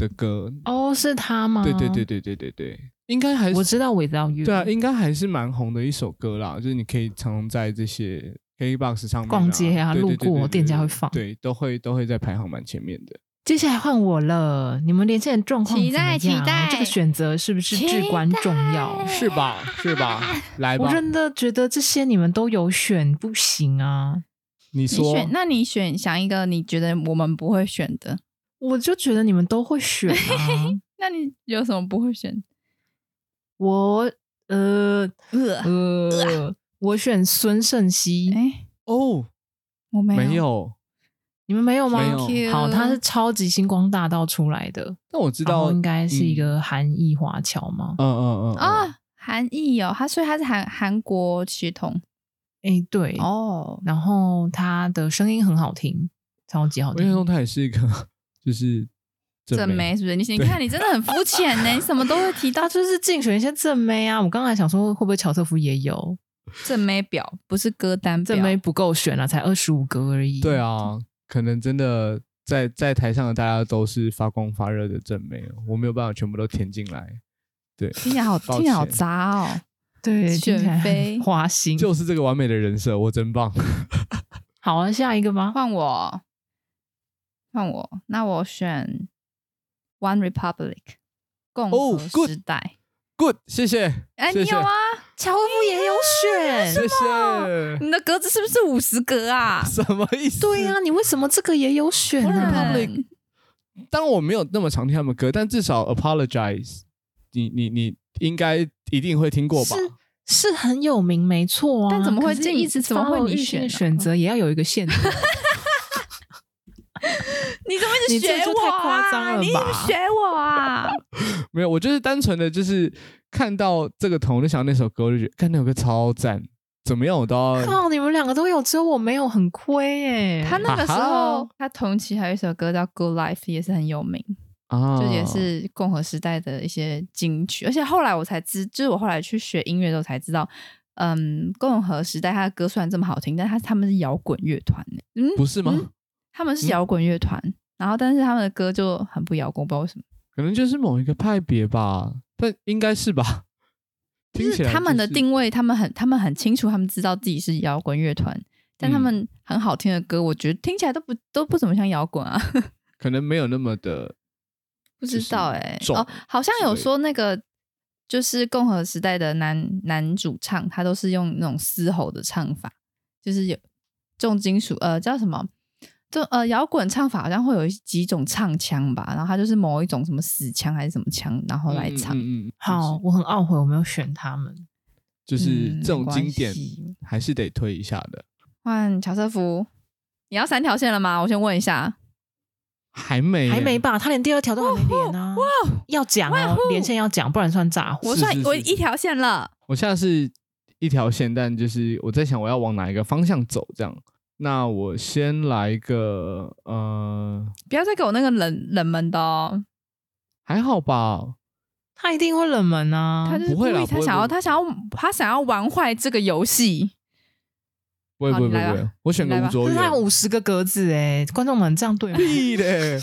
Speaker 1: 的歌。
Speaker 2: 哦，是他吗？
Speaker 1: 对对对，对对对对，应该还
Speaker 2: 我
Speaker 1: 是
Speaker 2: 知道 Without You。
Speaker 1: 对啊，应该还是蛮红的一首歌啦，就是你可以常常在这些 KBox 上面、
Speaker 2: 逛街啊
Speaker 1: 对对对
Speaker 2: 路过
Speaker 1: 对对
Speaker 2: 店家
Speaker 1: 对
Speaker 2: 会放
Speaker 1: 对，都会都会在排行榜前面的。
Speaker 2: 接下来换我了，你们连线的状况
Speaker 3: 期
Speaker 2: 怎么
Speaker 3: 待期
Speaker 2: 样
Speaker 3: 待
Speaker 2: 这个选择是不是至关重要？
Speaker 1: 是吧？是 吧？来
Speaker 2: 我
Speaker 1: 吧，
Speaker 2: 真的觉得这些你们都有选，不行啊！
Speaker 1: 你
Speaker 3: 你
Speaker 1: 说
Speaker 3: 选，那你选想一个你觉得我们不会选的，
Speaker 2: 我就觉得你们都会选啊。
Speaker 3: 那你有什么不会选？
Speaker 2: 我呃
Speaker 3: 呃，
Speaker 2: 呃，我选孙胜熙，
Speaker 3: 哎，
Speaker 1: 哦，
Speaker 3: 我没
Speaker 1: 没有，
Speaker 2: 你们没有吗？
Speaker 1: 没有
Speaker 3: Q
Speaker 2: 好，他是超级星光大道出来的，
Speaker 1: 但我知
Speaker 2: 然后
Speaker 1: 道，
Speaker 2: 哦应
Speaker 1: 嗯
Speaker 2: 该是一个韩裔华侨嘛。
Speaker 1: 嗯嗯嗯，
Speaker 3: 啊，韩裔哦，他所以他是韩韩国血统
Speaker 1: 嗯
Speaker 2: 哎、对，
Speaker 3: 哦，
Speaker 2: 然后他的声音很好听，超级好
Speaker 1: 我印象
Speaker 2: 听
Speaker 1: 中。他也是一个 就是
Speaker 3: 正
Speaker 1: 妹，
Speaker 3: 妹是不 是？你你看你真的很肤浅呢，你什么都会提到
Speaker 2: 他就是竞选一些正妹啊，我刚才想说会不会乔瑟夫也有
Speaker 3: 正妹表，不是歌单表。
Speaker 2: 正妹不够选啊，才二十五个而已。
Speaker 1: 对，啊，可能真的在在台上的大家都是发光发热的正妹，哦我没有办法全部都填进来，对，
Speaker 3: 听起来好，
Speaker 1: 抱
Speaker 3: 听起来好
Speaker 1: 歉
Speaker 3: 杂哦。
Speaker 2: 对，
Speaker 3: 选
Speaker 2: 听起来很
Speaker 3: 妃
Speaker 2: 花 心。
Speaker 1: 就是这个完美的人设，我真棒。
Speaker 2: 好啊，下一个吧。
Speaker 3: 换我，换我，那我选 One Republic 共和
Speaker 2: 哦
Speaker 1: good
Speaker 3: 时代。
Speaker 1: Good，谢谢。
Speaker 3: 哎、
Speaker 1: 谢
Speaker 3: 你
Speaker 1: 谢
Speaker 3: 有吗？乔夫
Speaker 2: 也有选，
Speaker 1: 谢谢。
Speaker 3: 你的格子是不是五十格 啊？
Speaker 1: 什么意思？
Speaker 2: 对啊呀、你为什么这个也有选
Speaker 3: 不
Speaker 2: 呢、
Speaker 3: 然
Speaker 2: 啊？
Speaker 1: 当然我没有那么常听他们歌，但至少 Apologize，你你你应该一定会听过吧？
Speaker 2: 是 是很有名，没错啊。
Speaker 3: 但怎么会
Speaker 2: 可是
Speaker 3: 这
Speaker 2: 一直
Speaker 3: 怎么会
Speaker 2: 放后
Speaker 3: 你
Speaker 2: 预
Speaker 3: 选
Speaker 2: 先
Speaker 3: 啊
Speaker 2: 选择也要有一个限度？
Speaker 3: 你怎么一
Speaker 2: 你
Speaker 3: 直
Speaker 2: 这
Speaker 3: 学
Speaker 2: 就
Speaker 3: 我
Speaker 2: 太
Speaker 3: 啊？
Speaker 2: 夸张了
Speaker 3: 你一直
Speaker 2: 吧
Speaker 3: 学我啊？
Speaker 1: 没有，我就是单纯的就是看到这个头，我就想到那首歌，我就觉得看那首歌超赞，怎么样我都要。
Speaker 2: 靠，你们两个都有，只有我没有，很亏耶、
Speaker 3: 他那个时
Speaker 1: 啊
Speaker 3: 候
Speaker 1: 哈，
Speaker 3: 他同期还有一首歌叫《Good Life》，也是很有名，
Speaker 1: 啊，
Speaker 3: 这也是共和时代的一些金曲。而且后来我才知，就是我后来去学音乐的时候才知道，嗯，共和时代他的歌虽然这么好听，但他他们是摇滚乐团欸，嗯，
Speaker 1: 不是吗？
Speaker 3: 嗯他们是摇滚乐团，然后但是他们的歌就很不摇滚，不知道为什么。
Speaker 1: 可能就是某一个派别吧，但应该是吧。听
Speaker 3: 就是
Speaker 1: 起来
Speaker 3: 他们的
Speaker 1: 就是
Speaker 3: 定位，他们很他们很清楚，他们知道自己是摇滚乐团，但
Speaker 1: 嗯
Speaker 3: 他们很好听的歌，我觉得听起来都不都不怎么像摇滚啊。
Speaker 1: 可能没有那么的
Speaker 3: 不
Speaker 1: 就
Speaker 3: 知
Speaker 1: 是
Speaker 3: 道哎、
Speaker 1: 重
Speaker 3: 哦，好像
Speaker 1: 之
Speaker 3: 有
Speaker 1: 类的
Speaker 3: 说那个就是共和时代的男男主唱，他都是用那种嘶吼的唱法，就是有重金属呃叫什么？就呃摇滚唱法好像会有几种唱腔吧，然后他就是某一种什么死腔还是什么腔，然后来唱。
Speaker 1: 嗯嗯嗯
Speaker 2: 好，我很懊悔我没有选他们。
Speaker 1: 就是
Speaker 3: 嗯
Speaker 1: 这种
Speaker 3: 没关
Speaker 1: 经典
Speaker 3: 系
Speaker 1: 还是得推一下的。
Speaker 3: 换乔瑟夫，你要三条线了吗？我先问一下。
Speaker 1: 还没，
Speaker 2: 还没。吧？他连第二条都还没连呢、啊。要讲
Speaker 3: 哇
Speaker 2: 哦
Speaker 3: 呼，
Speaker 2: 连线要讲，不然算诈唬。
Speaker 3: 我
Speaker 1: 是
Speaker 3: 算
Speaker 1: 是
Speaker 3: 我
Speaker 1: 是
Speaker 3: 一条线了。
Speaker 1: 我现在是一条线，但就是我在想我要往哪一个方向走，这样。那我先来一个，呃，
Speaker 3: 不要再给我那个冷冷门的哦，
Speaker 1: 还好吧，
Speaker 2: 他一定会冷门啊。
Speaker 3: 他就是
Speaker 1: 不
Speaker 3: 故
Speaker 1: 会啦
Speaker 3: 意，
Speaker 1: 不
Speaker 3: 他
Speaker 1: 会
Speaker 3: 想要
Speaker 1: 不
Speaker 3: 他想要他想要玩坏这个游戏。
Speaker 1: 不会
Speaker 3: 好
Speaker 1: 不会
Speaker 3: 你
Speaker 1: 不会
Speaker 3: 来
Speaker 1: 不会
Speaker 3: 吧，
Speaker 1: 我选个
Speaker 3: 你来
Speaker 1: 吴
Speaker 3: 吧
Speaker 1: 卓
Speaker 2: 可是他
Speaker 1: 源
Speaker 2: 有，五十个格子哎、观众们这样对 吗？
Speaker 1: 屁嘞。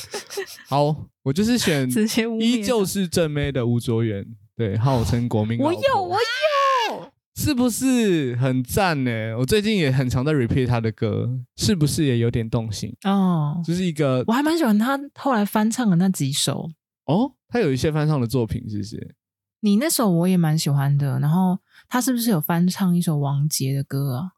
Speaker 1: 好，我就是选
Speaker 2: 直接污蔑
Speaker 3: 啊
Speaker 1: 依旧是正妹的吴卓源，对，号称国民老
Speaker 3: 我
Speaker 1: 婆。
Speaker 3: 有，我有，
Speaker 1: 是不是很赞呢？我最近也很常在 repeat 他的歌，是不是也有点动心？
Speaker 2: 哦，
Speaker 1: 就是一个
Speaker 2: 我还蛮喜欢他后来翻唱的那几首。
Speaker 1: 哦，他有一些翻唱的作品，是不是？
Speaker 2: 你那首我也蛮喜欢的，然后他是不是有翻唱一首王杰的歌啊？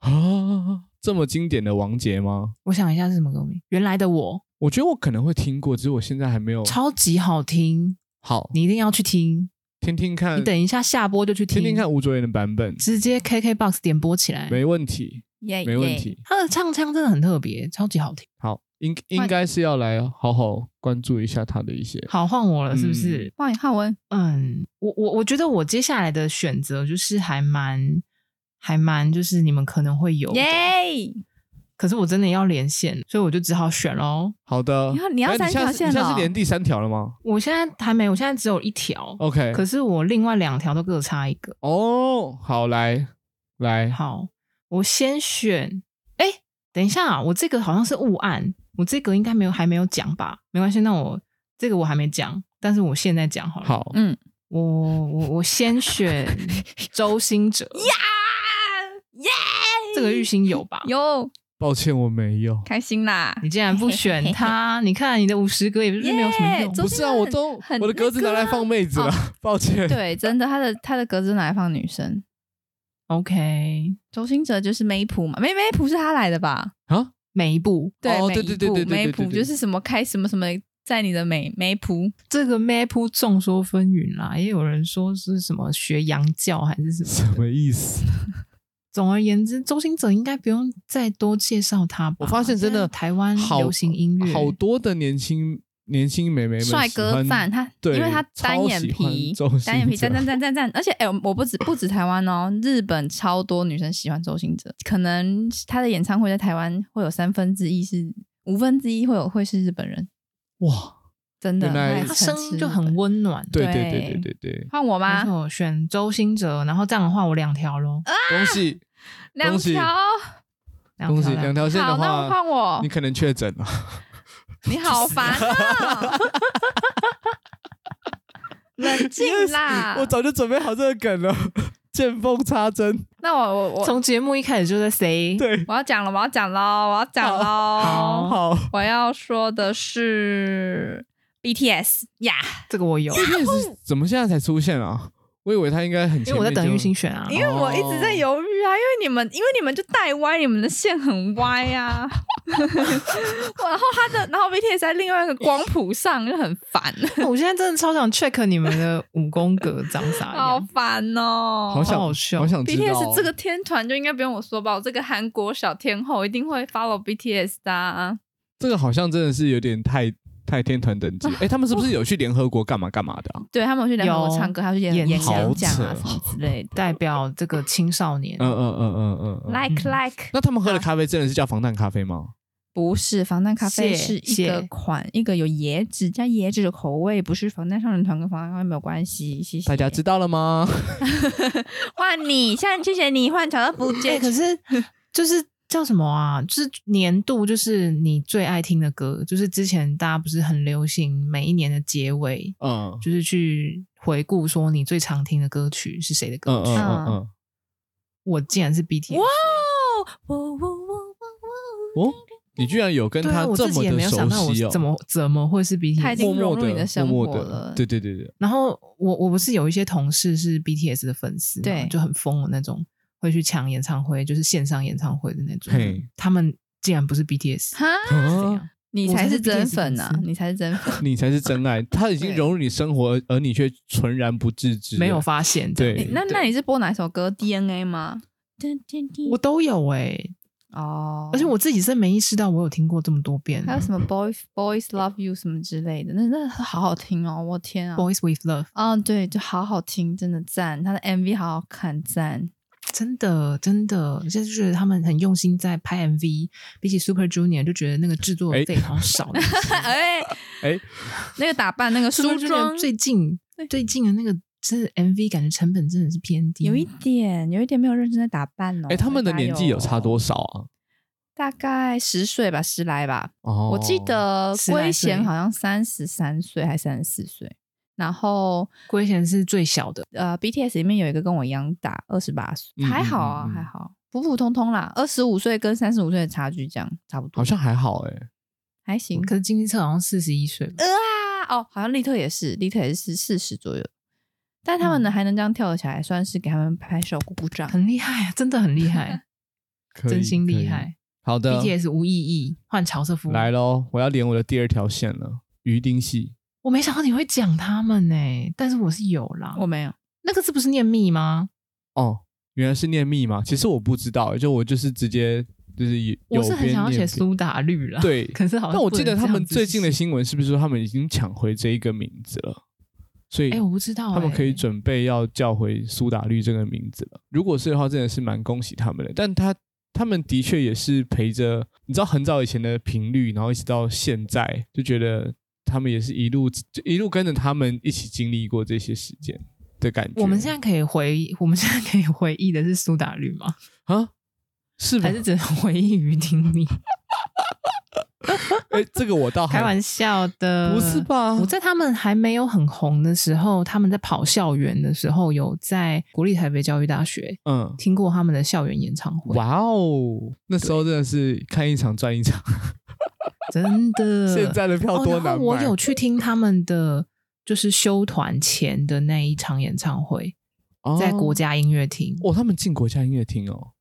Speaker 1: 啊，这么经典的王杰吗？
Speaker 2: 我想一下是什么歌名，《原来的我
Speaker 1: 我觉得我可能会听过，只是我现在还没有》
Speaker 2: 超级好听，
Speaker 1: 好
Speaker 2: 你一定要去听。
Speaker 1: 听听看，
Speaker 2: 你等一下下播就去
Speaker 1: 听
Speaker 2: 听
Speaker 1: 呃听看吴卓源的版本，
Speaker 2: 直接 KKBOX 点播起来。
Speaker 1: 没问题，
Speaker 3: 耶
Speaker 1: 没问。题。
Speaker 2: 他的唱腔真的很特别，超级好听。
Speaker 1: 好，应应该是要来好好关注一下他的一些。
Speaker 2: 好，换我了，是不是？
Speaker 3: 换浩文，
Speaker 2: 嗯，我我我觉得我接下来的选择就是还蛮还蛮，就是你们可能会有的
Speaker 3: 耶！
Speaker 2: 可是我真的要连线，所以我就只好选喽。
Speaker 1: 好的
Speaker 3: 你要，你要
Speaker 1: 哎
Speaker 3: 三条
Speaker 1: 下次
Speaker 3: 线
Speaker 1: 你下
Speaker 3: 了
Speaker 1: 次连第三条了吗
Speaker 2: 我现在还没，我现在只有一条，
Speaker 1: ？OK，
Speaker 2: 可是我另外两条都各差一个。
Speaker 1: 哦，好来来，
Speaker 2: 好，我先选。哎，等一下，我这个好像是误案，我这个应该没有还没有讲吧？没关系，那我这个我还没讲，但是我现在讲好了。，
Speaker 1: 好，
Speaker 3: 嗯
Speaker 2: 我我我先选周兴哲，
Speaker 3: 啊耶，
Speaker 2: 这个玉兴有吧？
Speaker 3: 有
Speaker 1: 抱歉我没有。
Speaker 3: 开心啦！
Speaker 2: 你竟然不选他，你看你的五十个也不是没有什么用。
Speaker 3: 耶周
Speaker 1: 不
Speaker 3: 周
Speaker 1: 是啊，我
Speaker 3: 兴哲很
Speaker 1: 都
Speaker 3: 很
Speaker 1: 我的格子
Speaker 3: 那
Speaker 1: 拿
Speaker 3: 个
Speaker 1: 来
Speaker 3: 啊
Speaker 1: 放妹子了
Speaker 3: 哦，
Speaker 1: 抱歉。
Speaker 3: 对，真的，他的他的格子拿来放女生。
Speaker 2: OK，
Speaker 3: 周星哲就是梅普嘛，梅梅普是他来的吧？
Speaker 1: 啊，
Speaker 2: 每一步
Speaker 3: 对，
Speaker 1: 哦
Speaker 3: 梅
Speaker 1: 对对对
Speaker 3: 普
Speaker 1: 对对
Speaker 3: 梅
Speaker 1: 对对
Speaker 3: 普
Speaker 1: 对
Speaker 3: 就是什么开什么什么，在你的梅梅普，
Speaker 2: 这个 map 众说纷纭啦，也有人说是什么学洋教还是什么。
Speaker 1: 什么意思？
Speaker 2: 总而言之，周星哲应该不用再多介绍他吧。
Speaker 1: 我发现真的
Speaker 2: 现在台湾
Speaker 1: 好
Speaker 2: 流行音乐
Speaker 1: 好多的年轻年轻美眉们
Speaker 3: 帅
Speaker 1: 喜
Speaker 3: 哥
Speaker 1: 欢
Speaker 3: 赞他，因
Speaker 1: 对
Speaker 3: 为他单眼
Speaker 1: 超
Speaker 3: 皮
Speaker 1: 喜欢周兴，哲
Speaker 3: 单眼皮赞赞赞赞赞，而且哎、我不止不止台湾哦，日本超多女生喜欢周兴哲，可能他的演唱会在台湾会有三分之一是五分之一会有会是日本人，
Speaker 1: 哇！
Speaker 3: 真的，
Speaker 1: 原来
Speaker 2: 他
Speaker 3: 他
Speaker 2: 声音就很
Speaker 3: 温。
Speaker 2: 温暖。
Speaker 1: 对
Speaker 3: 对
Speaker 1: 对对对对对，
Speaker 3: 换我
Speaker 2: 没
Speaker 3: 吗？
Speaker 2: 错，选周星哲，然后这样的话我两条喽，
Speaker 1: 恭喜
Speaker 3: 两
Speaker 1: 恭喜
Speaker 3: 条，
Speaker 2: 两
Speaker 1: 恭
Speaker 2: 条
Speaker 1: 喜
Speaker 2: 啊两
Speaker 1: 两
Speaker 2: 条
Speaker 1: 条线的
Speaker 3: 好，那
Speaker 1: 话，
Speaker 3: 我换我
Speaker 1: 你。可能确诊了。
Speaker 3: 你好烦啊！ 冷静啦
Speaker 1: Yes，我
Speaker 3: 啊
Speaker 1: 早就准备好这个梗了， 见缝插针。
Speaker 3: 那我我我
Speaker 2: 从节目一开始就在 say
Speaker 1: 对，
Speaker 3: 我要讲了，我要讲喽，我要讲喽。哦
Speaker 2: 好
Speaker 1: 好，
Speaker 3: 我要说的是 BTS 呀、
Speaker 2: 这个我有，
Speaker 1: 这是怎么现在才出现啊？我以为他应该很
Speaker 2: 因
Speaker 1: 前面就，
Speaker 2: 为我在等玉新选啊。
Speaker 3: 因为我一直在犹豫啊，因为你们，因为你们就带歪，你们的线很歪 啊。我然后他的，然后 BTS 在另外一个光谱上就很烦，
Speaker 2: 我现在真的超想 check 你们的武功格长啥
Speaker 3: 好
Speaker 2: 样，
Speaker 3: 烦哦。
Speaker 1: 好想
Speaker 2: 好好笑
Speaker 1: 好想知道
Speaker 3: BTS 这个天团就应该不用我说吧，我这个韩国小天后一定会 follow BTS 的、啊。
Speaker 1: 这个好像真的是有点太太天团等级。哎，他们是不是有去联合国干嘛干嘛的啊？
Speaker 3: 对他们有去联合国
Speaker 2: 有
Speaker 3: 唱歌，还有去演
Speaker 2: 演
Speaker 3: 演
Speaker 2: 讲
Speaker 3: 讲奖啊
Speaker 1: 好扯
Speaker 3: 什么之类的。
Speaker 2: 代表这个青少年。
Speaker 1: 嗯嗯嗯嗯嗯嗯。
Speaker 3: Like like，
Speaker 1: 那他们喝的咖啡真的是叫防弹咖啡吗？
Speaker 3: 不是防弹咖啡是
Speaker 2: 蟹
Speaker 3: 一个
Speaker 2: 蟹
Speaker 3: 款，一个有椰子加椰子的口味，不是防弹少年团跟防弹咖啡没有关系。谢谢
Speaker 1: 大家知道了吗？
Speaker 3: 换你，现在谢谢你换桥到不
Speaker 2: 哎、
Speaker 3: 接。
Speaker 2: 可是就是叫什么啊？就是年度，就是你最爱听的歌，就是之前大家不是很流行，每一年的结尾
Speaker 1: 嗯
Speaker 2: 就是去回顾说你最常听的歌曲是谁的歌
Speaker 1: 嗯
Speaker 2: 曲。
Speaker 1: 嗯嗯嗯。
Speaker 2: 我竟然是 BTS，
Speaker 3: 哇哦，我我我我
Speaker 1: 哦，你居然有跟
Speaker 2: 对
Speaker 1: 他
Speaker 2: 啊，我
Speaker 1: 这
Speaker 2: 自己
Speaker 1: 么
Speaker 2: 也
Speaker 1: 的
Speaker 2: 没有
Speaker 1: 熟
Speaker 2: 想到我
Speaker 1: 悉哦，
Speaker 2: 怎么怎么会是
Speaker 3: 他已
Speaker 2: BTS。
Speaker 3: 经
Speaker 1: 默默
Speaker 3: 融入
Speaker 1: 的
Speaker 3: 你的生
Speaker 1: 默
Speaker 3: 活
Speaker 1: 默的
Speaker 3: 了，
Speaker 1: 对对对对，
Speaker 2: 然后我我不是有一些同事是 BTS 的粉丝嘛，
Speaker 3: 对
Speaker 2: 就很疯的那种，会去抢演唱会，就是线上演唱会的那种
Speaker 1: 嘿。
Speaker 2: 他们竟然不 是 BTS，
Speaker 3: 哈，
Speaker 2: 是怎
Speaker 1: 啊
Speaker 2: 样？
Speaker 3: 你
Speaker 2: 我
Speaker 3: 才
Speaker 2: 才
Speaker 3: 是
Speaker 2: 是
Speaker 3: 真
Speaker 2: BTS
Speaker 3: 粉啊
Speaker 2: 粉，丝
Speaker 3: 你才是真粉。
Speaker 1: 你才是真爱，他已经
Speaker 3: 对
Speaker 1: 融入你生活，而而你却纯然不自知，
Speaker 2: 没有发现这样
Speaker 1: 啊对
Speaker 3: 诶那那你是播哪一首歌 DNA 吗？
Speaker 2: 我都有哎、
Speaker 3: 哦，
Speaker 2: 而且我自己真没意识到我有听过这么多遍。
Speaker 3: 还有什么 Boys Boys Love You 什么之类的，那那好好听哦，我天啊！
Speaker 2: Boys with Love，
Speaker 3: 啊，对，就好好听，真的赞，他的 MV 好好 看，赞。
Speaker 2: 真的真的，现在就觉得他们很用心在拍 MV，比起 Super Junior 就觉得那个制作
Speaker 1: 哎
Speaker 2: 费好像少了一 些。
Speaker 3: 哎，
Speaker 1: 哎，
Speaker 3: 那个打扮，那个
Speaker 2: Super
Speaker 3: 梳
Speaker 2: Junior
Speaker 3: 妆，
Speaker 2: 最近最近的那个真的 MV 感觉成本真的是偏低，
Speaker 3: 有一点，有一点没有认真在打扮哦。
Speaker 1: 哎，他们的
Speaker 3: 加油
Speaker 1: 年纪有差多少啊？
Speaker 3: 大概十岁吧，十来吧。
Speaker 1: 哦，
Speaker 3: 我记得
Speaker 2: 10来岁
Speaker 3: 龟贤好像三十三岁还三十四岁，然后
Speaker 2: 龟贤是最小的，
Speaker 3: 呃，BTS 里面有一个跟我一样大，二十八岁，
Speaker 1: 嗯
Speaker 3: 还好啊，
Speaker 1: 嗯嗯嗯
Speaker 3: 还好，普普通通啦，二十五岁跟三十五岁的差距这样差不多，
Speaker 1: 好像还好哎，
Speaker 3: 还行。
Speaker 2: 可是经济册好像四十一岁 吧，
Speaker 3: 啊，哦，好像利特也是，利特也是四十左右，但他们呢、还能这样跳得起来，算是给他们拍拍手、鼓鼓掌。
Speaker 2: 很厉害啊，真的很厉害，
Speaker 1: 可以
Speaker 2: 真心厉。
Speaker 1: 可以
Speaker 2: 害。
Speaker 1: 好的，
Speaker 2: BTS 无意义，换乔瑟夫
Speaker 1: 来喽，我要连我的第二条线了，鱼丁系。
Speaker 2: 我没想到你会讲他们呢、但是我是有啦。
Speaker 3: 我没有，
Speaker 2: 那个字不是念密吗？
Speaker 1: 哦，原来是念密码，其实我不知道，就我就是直接就是有
Speaker 2: 我是很想要
Speaker 1: 有边
Speaker 2: 写
Speaker 1: 念
Speaker 2: 苏打绿啦，，
Speaker 1: 对，
Speaker 2: 可是好像
Speaker 1: 但我记
Speaker 2: 不
Speaker 1: 得
Speaker 2: 能
Speaker 1: 他
Speaker 2: 这样
Speaker 1: 们
Speaker 2: 子
Speaker 1: 最近的
Speaker 2: 写，
Speaker 1: 新闻是不是说他们已经抢回这一个名字了？所以
Speaker 2: 哎、我不知道、
Speaker 1: 他们可以
Speaker 2: 转，
Speaker 1: 准备要叫回苏打绿这个名字了。如果是的话，真的是蛮恭喜他们的。但他他们的确也是陪着，你知道很早以前的频率，然后一直到现在，就觉得他们也是一路就一路跟着他们一起经历过这些时间的感觉。
Speaker 2: 我们现在可以回，我们现在可以回忆的是苏打绿吗？
Speaker 1: 在啊，是吧
Speaker 2: 还是只能回忆于听 密？
Speaker 1: 哎、这个我倒还
Speaker 2: 啊开玩笑的，
Speaker 1: 不是？吧？
Speaker 2: 我在他们还没有很红的时候，他们在跑校园的时候，有在国立台北教育大学
Speaker 1: 嗯，
Speaker 2: 听过他们的校园演唱会，
Speaker 1: 哇哦，那时候真的是看一场赚一场。
Speaker 2: 真 的。
Speaker 1: 现在的票多
Speaker 2: 哦、然
Speaker 1: 难
Speaker 2: 后
Speaker 1: 买。
Speaker 2: 我有去听他们的，就是休团前的那一场演唱会，在国家音乐厅。
Speaker 1: 哦，他们进国家音乐厅哦，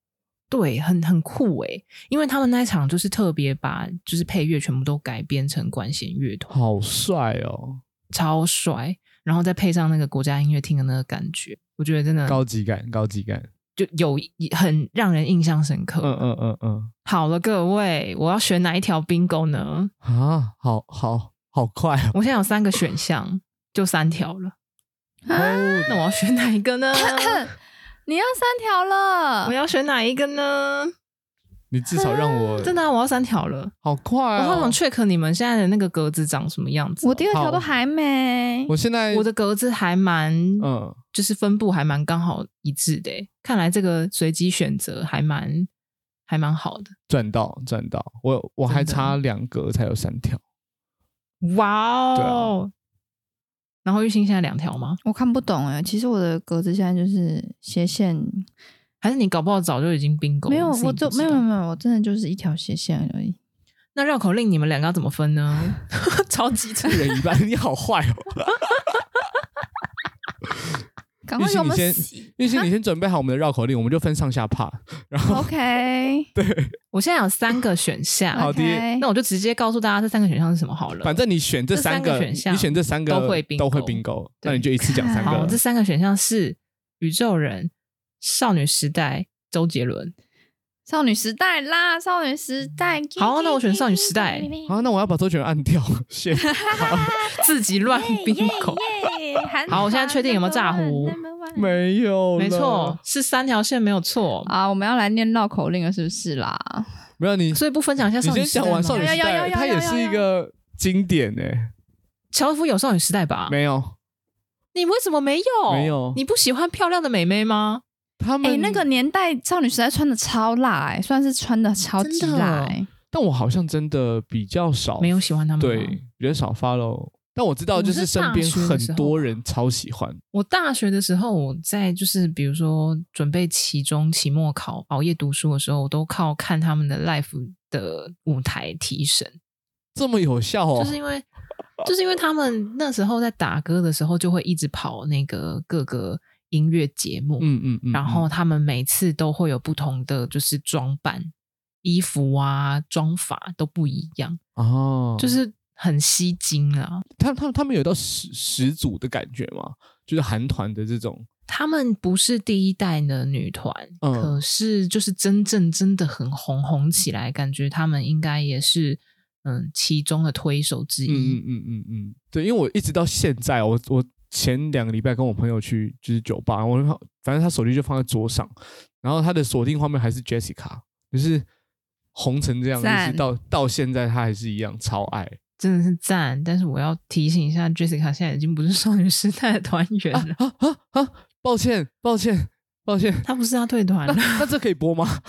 Speaker 2: 对，很很酷诶，因为他们那一场就是特别把就是配乐全部都改编成管弦乐团，
Speaker 1: 好帅哦，
Speaker 2: 超帅。然后再配上那个国家音乐厅的那个感觉，我觉得真的
Speaker 1: 高级感，高级感。
Speaker 2: 就有一很让人印象深刻。
Speaker 1: 嗯嗯嗯嗯，
Speaker 2: 好了，各位，我要选哪一条 bingo 呢？
Speaker 1: 啊，好好好快哦。
Speaker 2: 我现在有三个选项，就三条了。那
Speaker 1: 哦
Speaker 2: 我要选哪一个呢？
Speaker 3: 你要三条
Speaker 2: 我
Speaker 3: 了，
Speaker 2: 要选哪一个呢？
Speaker 1: 你至少让我
Speaker 2: 真的、啊，我要三条了。
Speaker 1: 好快
Speaker 2: 我
Speaker 1: 哦。
Speaker 2: 好想 check 你们现在的那个格子长什么样子哦。
Speaker 3: 我第二条
Speaker 1: 好
Speaker 3: 都还没。
Speaker 1: 我现在
Speaker 2: 我的格子还蛮，
Speaker 1: 嗯，
Speaker 2: 就是分布还蛮刚好一致的欸。看来这个随机选择还蛮还蛮好的。
Speaker 1: 赚到赚到，我我还
Speaker 2: 真的
Speaker 1: 差两格才有三条。
Speaker 2: 哇
Speaker 1: 对
Speaker 2: 哦！然后玉兴现在两条吗？
Speaker 3: 我看不懂哎，其实我的格子现在就是斜线，
Speaker 2: 还是你搞不好早就已经 bingo 了
Speaker 3: 没有，
Speaker 2: 自己
Speaker 3: 我
Speaker 2: 不
Speaker 3: 就
Speaker 2: 知
Speaker 3: 没有没
Speaker 2: 道
Speaker 3: 有没有，我真的就是一条斜线而已。
Speaker 2: 那绕口令你们两个要怎么分呢？超级
Speaker 1: 这人一般，你好坏哦。
Speaker 3: 赶
Speaker 1: 玉
Speaker 3: 快给
Speaker 1: 兴
Speaker 3: 我
Speaker 1: 你
Speaker 3: 们
Speaker 1: 先
Speaker 3: 洗
Speaker 1: 玉兴，你先准备好我们的绕口令，我们就分上下 帕。然后，
Speaker 3: ，OK，
Speaker 2: 我现在有三个选项，
Speaker 1: 好的
Speaker 3: OK
Speaker 2: 那我就直接告诉大家这三个选项是什么好了。
Speaker 1: 反正你选这
Speaker 2: 这三
Speaker 1: 三
Speaker 2: 个
Speaker 1: 个，
Speaker 2: 选项
Speaker 1: 你选这三个
Speaker 2: 都会 bingo
Speaker 1: 都会 bingo，那
Speaker 2: 对
Speaker 1: 你就一次讲三
Speaker 2: 好，
Speaker 1: 个
Speaker 2: 这。三个选项是宇宙人、少女时代、周杰伦。
Speaker 3: 少女时代啦，少女时代。
Speaker 2: 好那我选少女时代
Speaker 1: 啊，那我要把周杰伦按掉。 谢谢。
Speaker 2: 自己乱 bingo，
Speaker 3: 耶耶韩
Speaker 2: 好我现在确定有没有炸胡
Speaker 3: Number one，number one
Speaker 1: 没有，
Speaker 2: 没错，，是三条线没有错。
Speaker 3: 啊，我们要来念绕口令了，是不是啦？
Speaker 1: 没有你，
Speaker 2: 所以不分享一下
Speaker 1: 你
Speaker 2: 少女
Speaker 1: 先
Speaker 2: 时
Speaker 1: 讲
Speaker 2: 代吗
Speaker 1: 完少女时
Speaker 3: 要要要
Speaker 1: 代，
Speaker 3: 要
Speaker 1: 它也是一个经典诶。
Speaker 2: 乔夫有少女时代吧？
Speaker 1: 没有，
Speaker 2: 你为什么没有？
Speaker 1: 没有
Speaker 2: 你不喜欢漂亮的美眉吗？
Speaker 1: 他
Speaker 3: 哎、
Speaker 1: 们
Speaker 3: 那个，年代少女时代穿的超辣、哎，算是穿的超级
Speaker 2: 真的
Speaker 3: 辣、哎
Speaker 1: 但我好像真的比较少，
Speaker 2: 没有喜欢她们。
Speaker 1: 哦对，比较少 follow。但我知道，就是身边很多人超喜欢，
Speaker 2: 我大学的时候，我在就是比如说准备期中、期末考、熬夜读书的时候，我都靠看他们的 life 的舞台提神，
Speaker 1: 这么有效哦
Speaker 2: 就是。因为就是因为他们那时候在打歌的时候，就会一直跑那个各个音乐节目，
Speaker 1: 嗯嗯嗯，
Speaker 2: 然后他们每次都会有不同的就是装扮、衣服啊、妆法都不一样，
Speaker 1: 嗯哦，
Speaker 2: 就是很吸睛啊。
Speaker 1: 他他他们有到十十组的感觉吗？就是韩团的这种，
Speaker 2: 他们不是第一代的女团，
Speaker 1: 嗯
Speaker 2: 可是就是真正真的很红红起来，感觉他们应该也是嗯其中的推手之
Speaker 1: 嗯
Speaker 2: 一。
Speaker 1: 嗯嗯嗯嗯，对，因为我一直到现在，我我前两个礼拜跟我朋友去就是酒吧，我反正他手机就放在桌上，然后他的锁定画面还是 Jessica，就是红成这样，就是
Speaker 3: 赞
Speaker 1: 到到现在他还是一样超爱
Speaker 2: 真的是赞，但是我要提醒一下，Jessica 现在已经不是少女时代的团员了，
Speaker 1: 啊啊啊！抱歉抱歉抱歉，
Speaker 2: 她不是要退团
Speaker 1: 那
Speaker 2: 了，
Speaker 1: 那这可以播吗？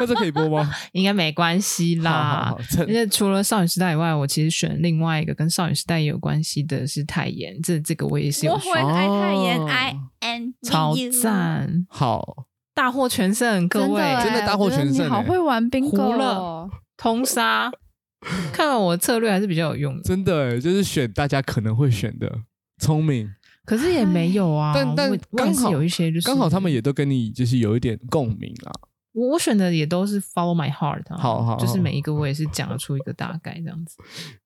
Speaker 1: 那这可以播吗？
Speaker 2: 应该没关系
Speaker 1: 好
Speaker 2: 啦。
Speaker 1: 好好，趁
Speaker 2: 而且除了少女时代以外，我其实选另外一个跟少女时代也有关系的是泰妍，这这个我也是有
Speaker 3: 我
Speaker 2: 选
Speaker 3: 会啊爱泰妍
Speaker 1: 哦
Speaker 3: ，I N E
Speaker 2: 超赞，
Speaker 1: 好，
Speaker 2: 大获全胜，各位
Speaker 3: 哎
Speaker 1: 真的大获全胜
Speaker 3: 我觉得你好
Speaker 1: 哎
Speaker 3: 会玩 bingo，
Speaker 2: 胡了
Speaker 3: 哦
Speaker 2: 通杀。看来我的策略还是比较有用的，
Speaker 1: 真的耶就是选大家可能会选的，聪明。
Speaker 2: 可是也没有啊。
Speaker 1: 但但
Speaker 2: 我我
Speaker 1: 刚
Speaker 2: 也是
Speaker 1: 好
Speaker 2: 有一些就是
Speaker 1: 刚好他们也都跟你就是有一点共鸣啊啦。
Speaker 2: 我我选的也都是 follow my heart，、啊、
Speaker 1: 好好好
Speaker 2: 就是每一个我也是讲得出一个大概这样子。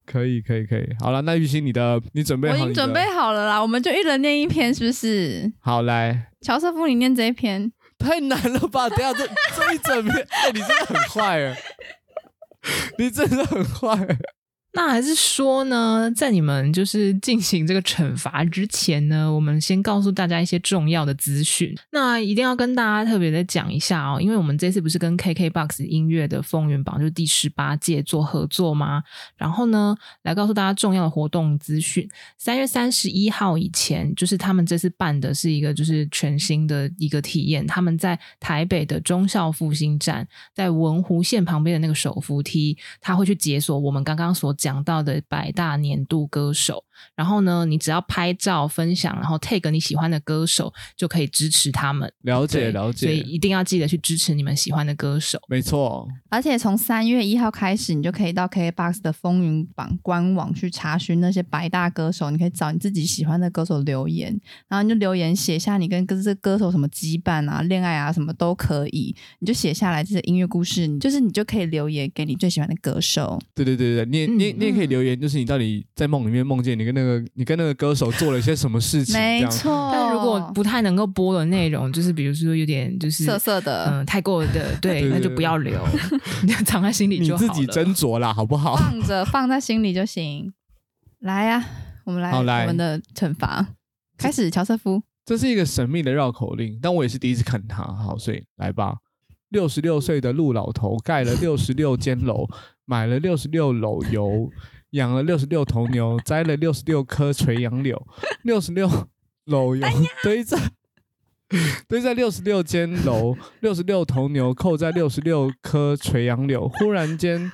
Speaker 1: 可以，可以，可以。好了，那玉鑫，你的你准备
Speaker 3: 我
Speaker 1: 好你
Speaker 3: 已
Speaker 1: 的？
Speaker 3: 经准备好了啦，我们就一人念一篇，是不是？
Speaker 1: 好来，
Speaker 3: 乔瑟夫，你念这一篇，
Speaker 1: 太难了吧？等一下这这一整 篇，哎、你真的很坏哎，你真的很坏。啊
Speaker 2: 那还是说呢，在你们就是进行这个惩罚之前呢，我们先告诉大家一些重要的资讯。那一定要跟大家特别的讲一下哦，因为我们这次不是跟 KKBOX 音乐的风云榜就是第十八届做合作吗？然后呢，来告诉大家重要的活动资讯。三月三十一号以前，就是他们这次办的是一个就是全新的一个体验，他们在台北的忠孝复兴站在文湖线旁边的那个手扶梯，它会去解锁我们刚刚所讲到的百大年度歌手。然后呢，你只要拍照分享，然后 tag 你喜欢的歌手，就可以支持他们。
Speaker 1: 了解，
Speaker 2: 对
Speaker 1: 了
Speaker 2: 所以
Speaker 1: 解，
Speaker 2: 一定要记得去支持你们喜欢的歌手。
Speaker 1: 没错。
Speaker 3: 而且从三月一号开始，你就可以到 KBox 的风云榜官网去查询那些百大歌手，你可以找你自己喜欢的歌手留言，然后你就留言写下你跟这歌手什么羁绊啊、恋爱啊什么都可以，你就写下来这些音乐故事，你就是你就可以留言给你最喜欢的歌手。
Speaker 1: 对对对对，你也你也
Speaker 2: 嗯
Speaker 1: 你也可以留言，就是你到底在梦里面梦见你跟那个你跟那个歌手做了一些什么事情？
Speaker 3: 没
Speaker 1: 这样，
Speaker 3: 错，
Speaker 2: 但如果不太能够播的内容，就是比如说有点就是
Speaker 3: 色色的。
Speaker 2: 嗯，太过的， 对，
Speaker 1: 对
Speaker 2: 那
Speaker 1: 对
Speaker 2: 就
Speaker 1: 对
Speaker 2: 不要留，你 就藏在心里
Speaker 1: 你
Speaker 2: 就好
Speaker 1: 自
Speaker 2: 了。
Speaker 1: 己斟酌啦，好不好？
Speaker 3: 放着 放在心里就行。来呀、我们来
Speaker 1: 好来
Speaker 3: 我们的惩罚开始，乔瑟夫。
Speaker 1: 这是一个神秘的绕口令，但我也是第一次看它。好，所以来吧。六十六岁的陆老头盖了六十六间楼，买了六十六篓油，养了六十六头牛，栽了六十六棵垂杨柳，六十六篓油堆在堆在六十六间楼，六十六头牛扣在六十六棵垂杨柳。忽然间，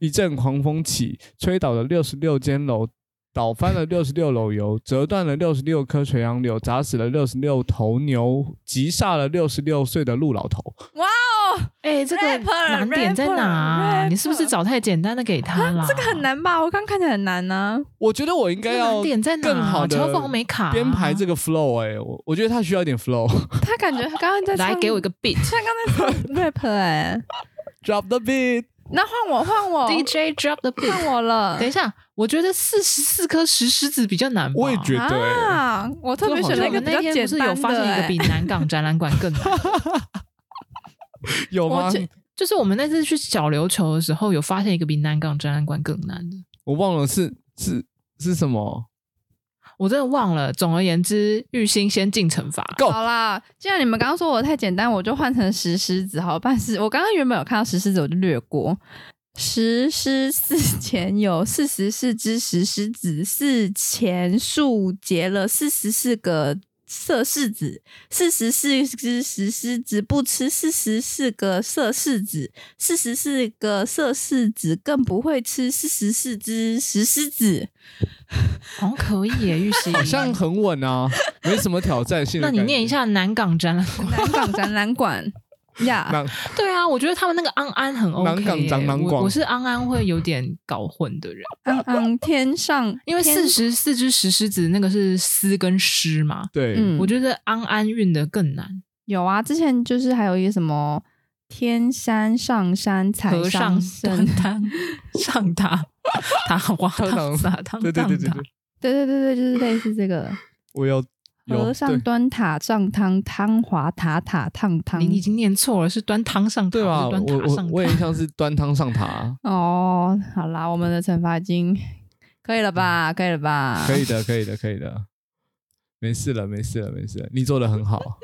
Speaker 1: 一阵狂风起，吹倒了六十六间楼，倒翻了六十六篓油，折断了六十六棵垂杨柳，砸死了六十六头牛，急煞了六十六岁的陆老头。
Speaker 3: 哇哦，
Speaker 2: 哎、这个
Speaker 3: Rapper，
Speaker 2: 难点在
Speaker 3: rapper，
Speaker 2: 哪啊、
Speaker 3: rapper 啊
Speaker 2: 你是不是找太简单的给他啦？
Speaker 3: 这个很，难吧？我刚看起来很难啊呢、
Speaker 1: 我觉得我应该要
Speaker 2: 难点在哪啊？
Speaker 1: 更好的
Speaker 2: 乔峰没卡啊、
Speaker 1: 编排这个 flow 哎、我我觉得他需要一点 flow，drop
Speaker 3: 他感觉他刚刚在
Speaker 2: 来
Speaker 3: 唱
Speaker 2: 给我一个 beat。
Speaker 3: 他刚才 rap 哎、
Speaker 1: the beat。
Speaker 3: 那换我换我
Speaker 2: DJ drop the beat。
Speaker 3: 换我了
Speaker 2: 等一下，我觉得四十四颗石狮子比较难吧。
Speaker 1: 我也觉得
Speaker 3: 啊！我特
Speaker 2: 我
Speaker 3: 别选了一个
Speaker 2: 们
Speaker 3: 比
Speaker 2: 那
Speaker 3: 较
Speaker 2: 天
Speaker 3: 简
Speaker 2: 不是
Speaker 3: 单的、
Speaker 2: 有发现一个比
Speaker 3: 哎
Speaker 2: 南港展览馆 更难，
Speaker 1: 有吗
Speaker 2: 我？觉就是我们那次去小琉球的时候，有发现一个比南港展览馆更难的，
Speaker 1: 我忘了是是是什么
Speaker 2: 我真的忘了。总而言之，玉兴先进惩罚。
Speaker 1: ？Go
Speaker 3: 好啦，既然你们刚刚说我太简单，我就换成石狮子好了。但是我刚刚原本有看到石狮子，我就略过。石狮寺前有四十四只石狮子，寺前树结了四十四个色柿子，四十四只石狮子不吃四十四个色柿子，四十四个色柿子更不会吃四十四只石狮子。
Speaker 2: 好像哦可以耶，玉兴。
Speaker 1: 好像很稳 啊，没什么挑战性的感
Speaker 2: 那
Speaker 1: 觉。
Speaker 2: 你念一下南港展览馆。
Speaker 3: 南港展览馆呀
Speaker 1: 南
Speaker 2: 对啊，我觉得他们那个安安很 OK 耶。
Speaker 1: 南港展览馆
Speaker 2: 我我是安安会有点搞混的人，
Speaker 3: 昂昂天上，
Speaker 2: 因为
Speaker 3: 天
Speaker 2: 四十四只石狮子那个是狮跟狮嘛，
Speaker 1: 对，
Speaker 3: 嗯
Speaker 2: 我觉得安安韵的更难。
Speaker 3: 有啊，之前就是还有一个什么天山上山采
Speaker 2: 和尚
Speaker 3: 参
Speaker 2: 上，摊上塔塔花
Speaker 1: 堂
Speaker 2: 汤撒汤
Speaker 1: 对对对对对，
Speaker 3: 对对对对，就是类似这个
Speaker 1: 我有 有
Speaker 3: 和尚
Speaker 1: 对
Speaker 3: 端塔上汤汤华塔塔烫汤
Speaker 2: 你已经念错了，是端汤上塔，
Speaker 1: 对吧？
Speaker 2: 不
Speaker 1: 我
Speaker 2: 是端塔
Speaker 1: 我
Speaker 2: 上
Speaker 1: 我也
Speaker 2: 塔。
Speaker 1: 像是端汤上塔啊，
Speaker 3: 哦，好啦，我们的惩罚已经可以了吧？可以了吧？
Speaker 1: 嗯可以的，可以的，可以的，没事了，没事了，没事了，你做的很 好。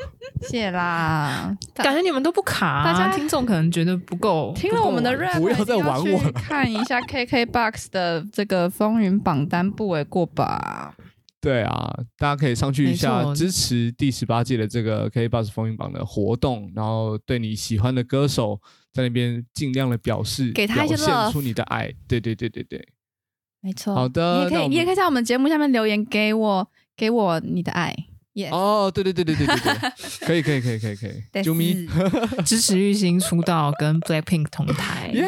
Speaker 3: 谢 啦！
Speaker 2: 感觉你们都不卡啊、
Speaker 3: 大家
Speaker 2: 听众可能觉得不够。
Speaker 3: 听了我们的
Speaker 2: 不够
Speaker 3: rap，
Speaker 1: 不要再
Speaker 3: 一定
Speaker 1: 玩我
Speaker 3: 去
Speaker 1: 了
Speaker 3: 看一下 KKBOX 的这个风云榜单，不为过吧？
Speaker 1: 对啊，大家可以上去一
Speaker 2: 没
Speaker 1: 下
Speaker 2: 错
Speaker 1: 支持第十八届的这个 K Bus 风云榜的活动，然后对你喜欢的歌手在那边尽量的表示，
Speaker 3: 给他一些
Speaker 1: 表现
Speaker 3: love
Speaker 1: 出你的爱。对对对对对，
Speaker 3: 没错，
Speaker 1: 好的
Speaker 3: 你也可
Speaker 1: 那我
Speaker 3: 以，
Speaker 1: 们
Speaker 3: 你也可以在我们节目下面留言给我，给我你的爱。耶、
Speaker 1: 哦，对对对对对对对，可以可以可以可以可以，
Speaker 3: 但
Speaker 1: 啾咪
Speaker 3: 是，
Speaker 2: 支持玉兴出道跟 Blackpink 同台。
Speaker 1: 耶！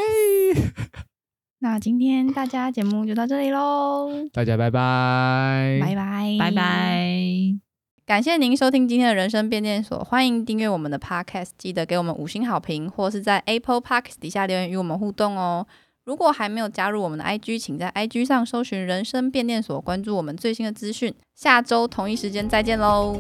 Speaker 3: 那今天大家节目就到这里喽，
Speaker 1: 大家拜拜，
Speaker 3: 拜拜，
Speaker 2: 拜。拜。
Speaker 3: 感谢您收听今天的人生变电所，欢迎订阅我们的 Podcast，记得给我们五星好评，或是在 Apple Podcast 底下留言与我们互动哦。如果还没有加入我们的 IG，请在 IG 上搜寻“人生变电所”，关注我们最新的资讯。下周同一时间再见喽，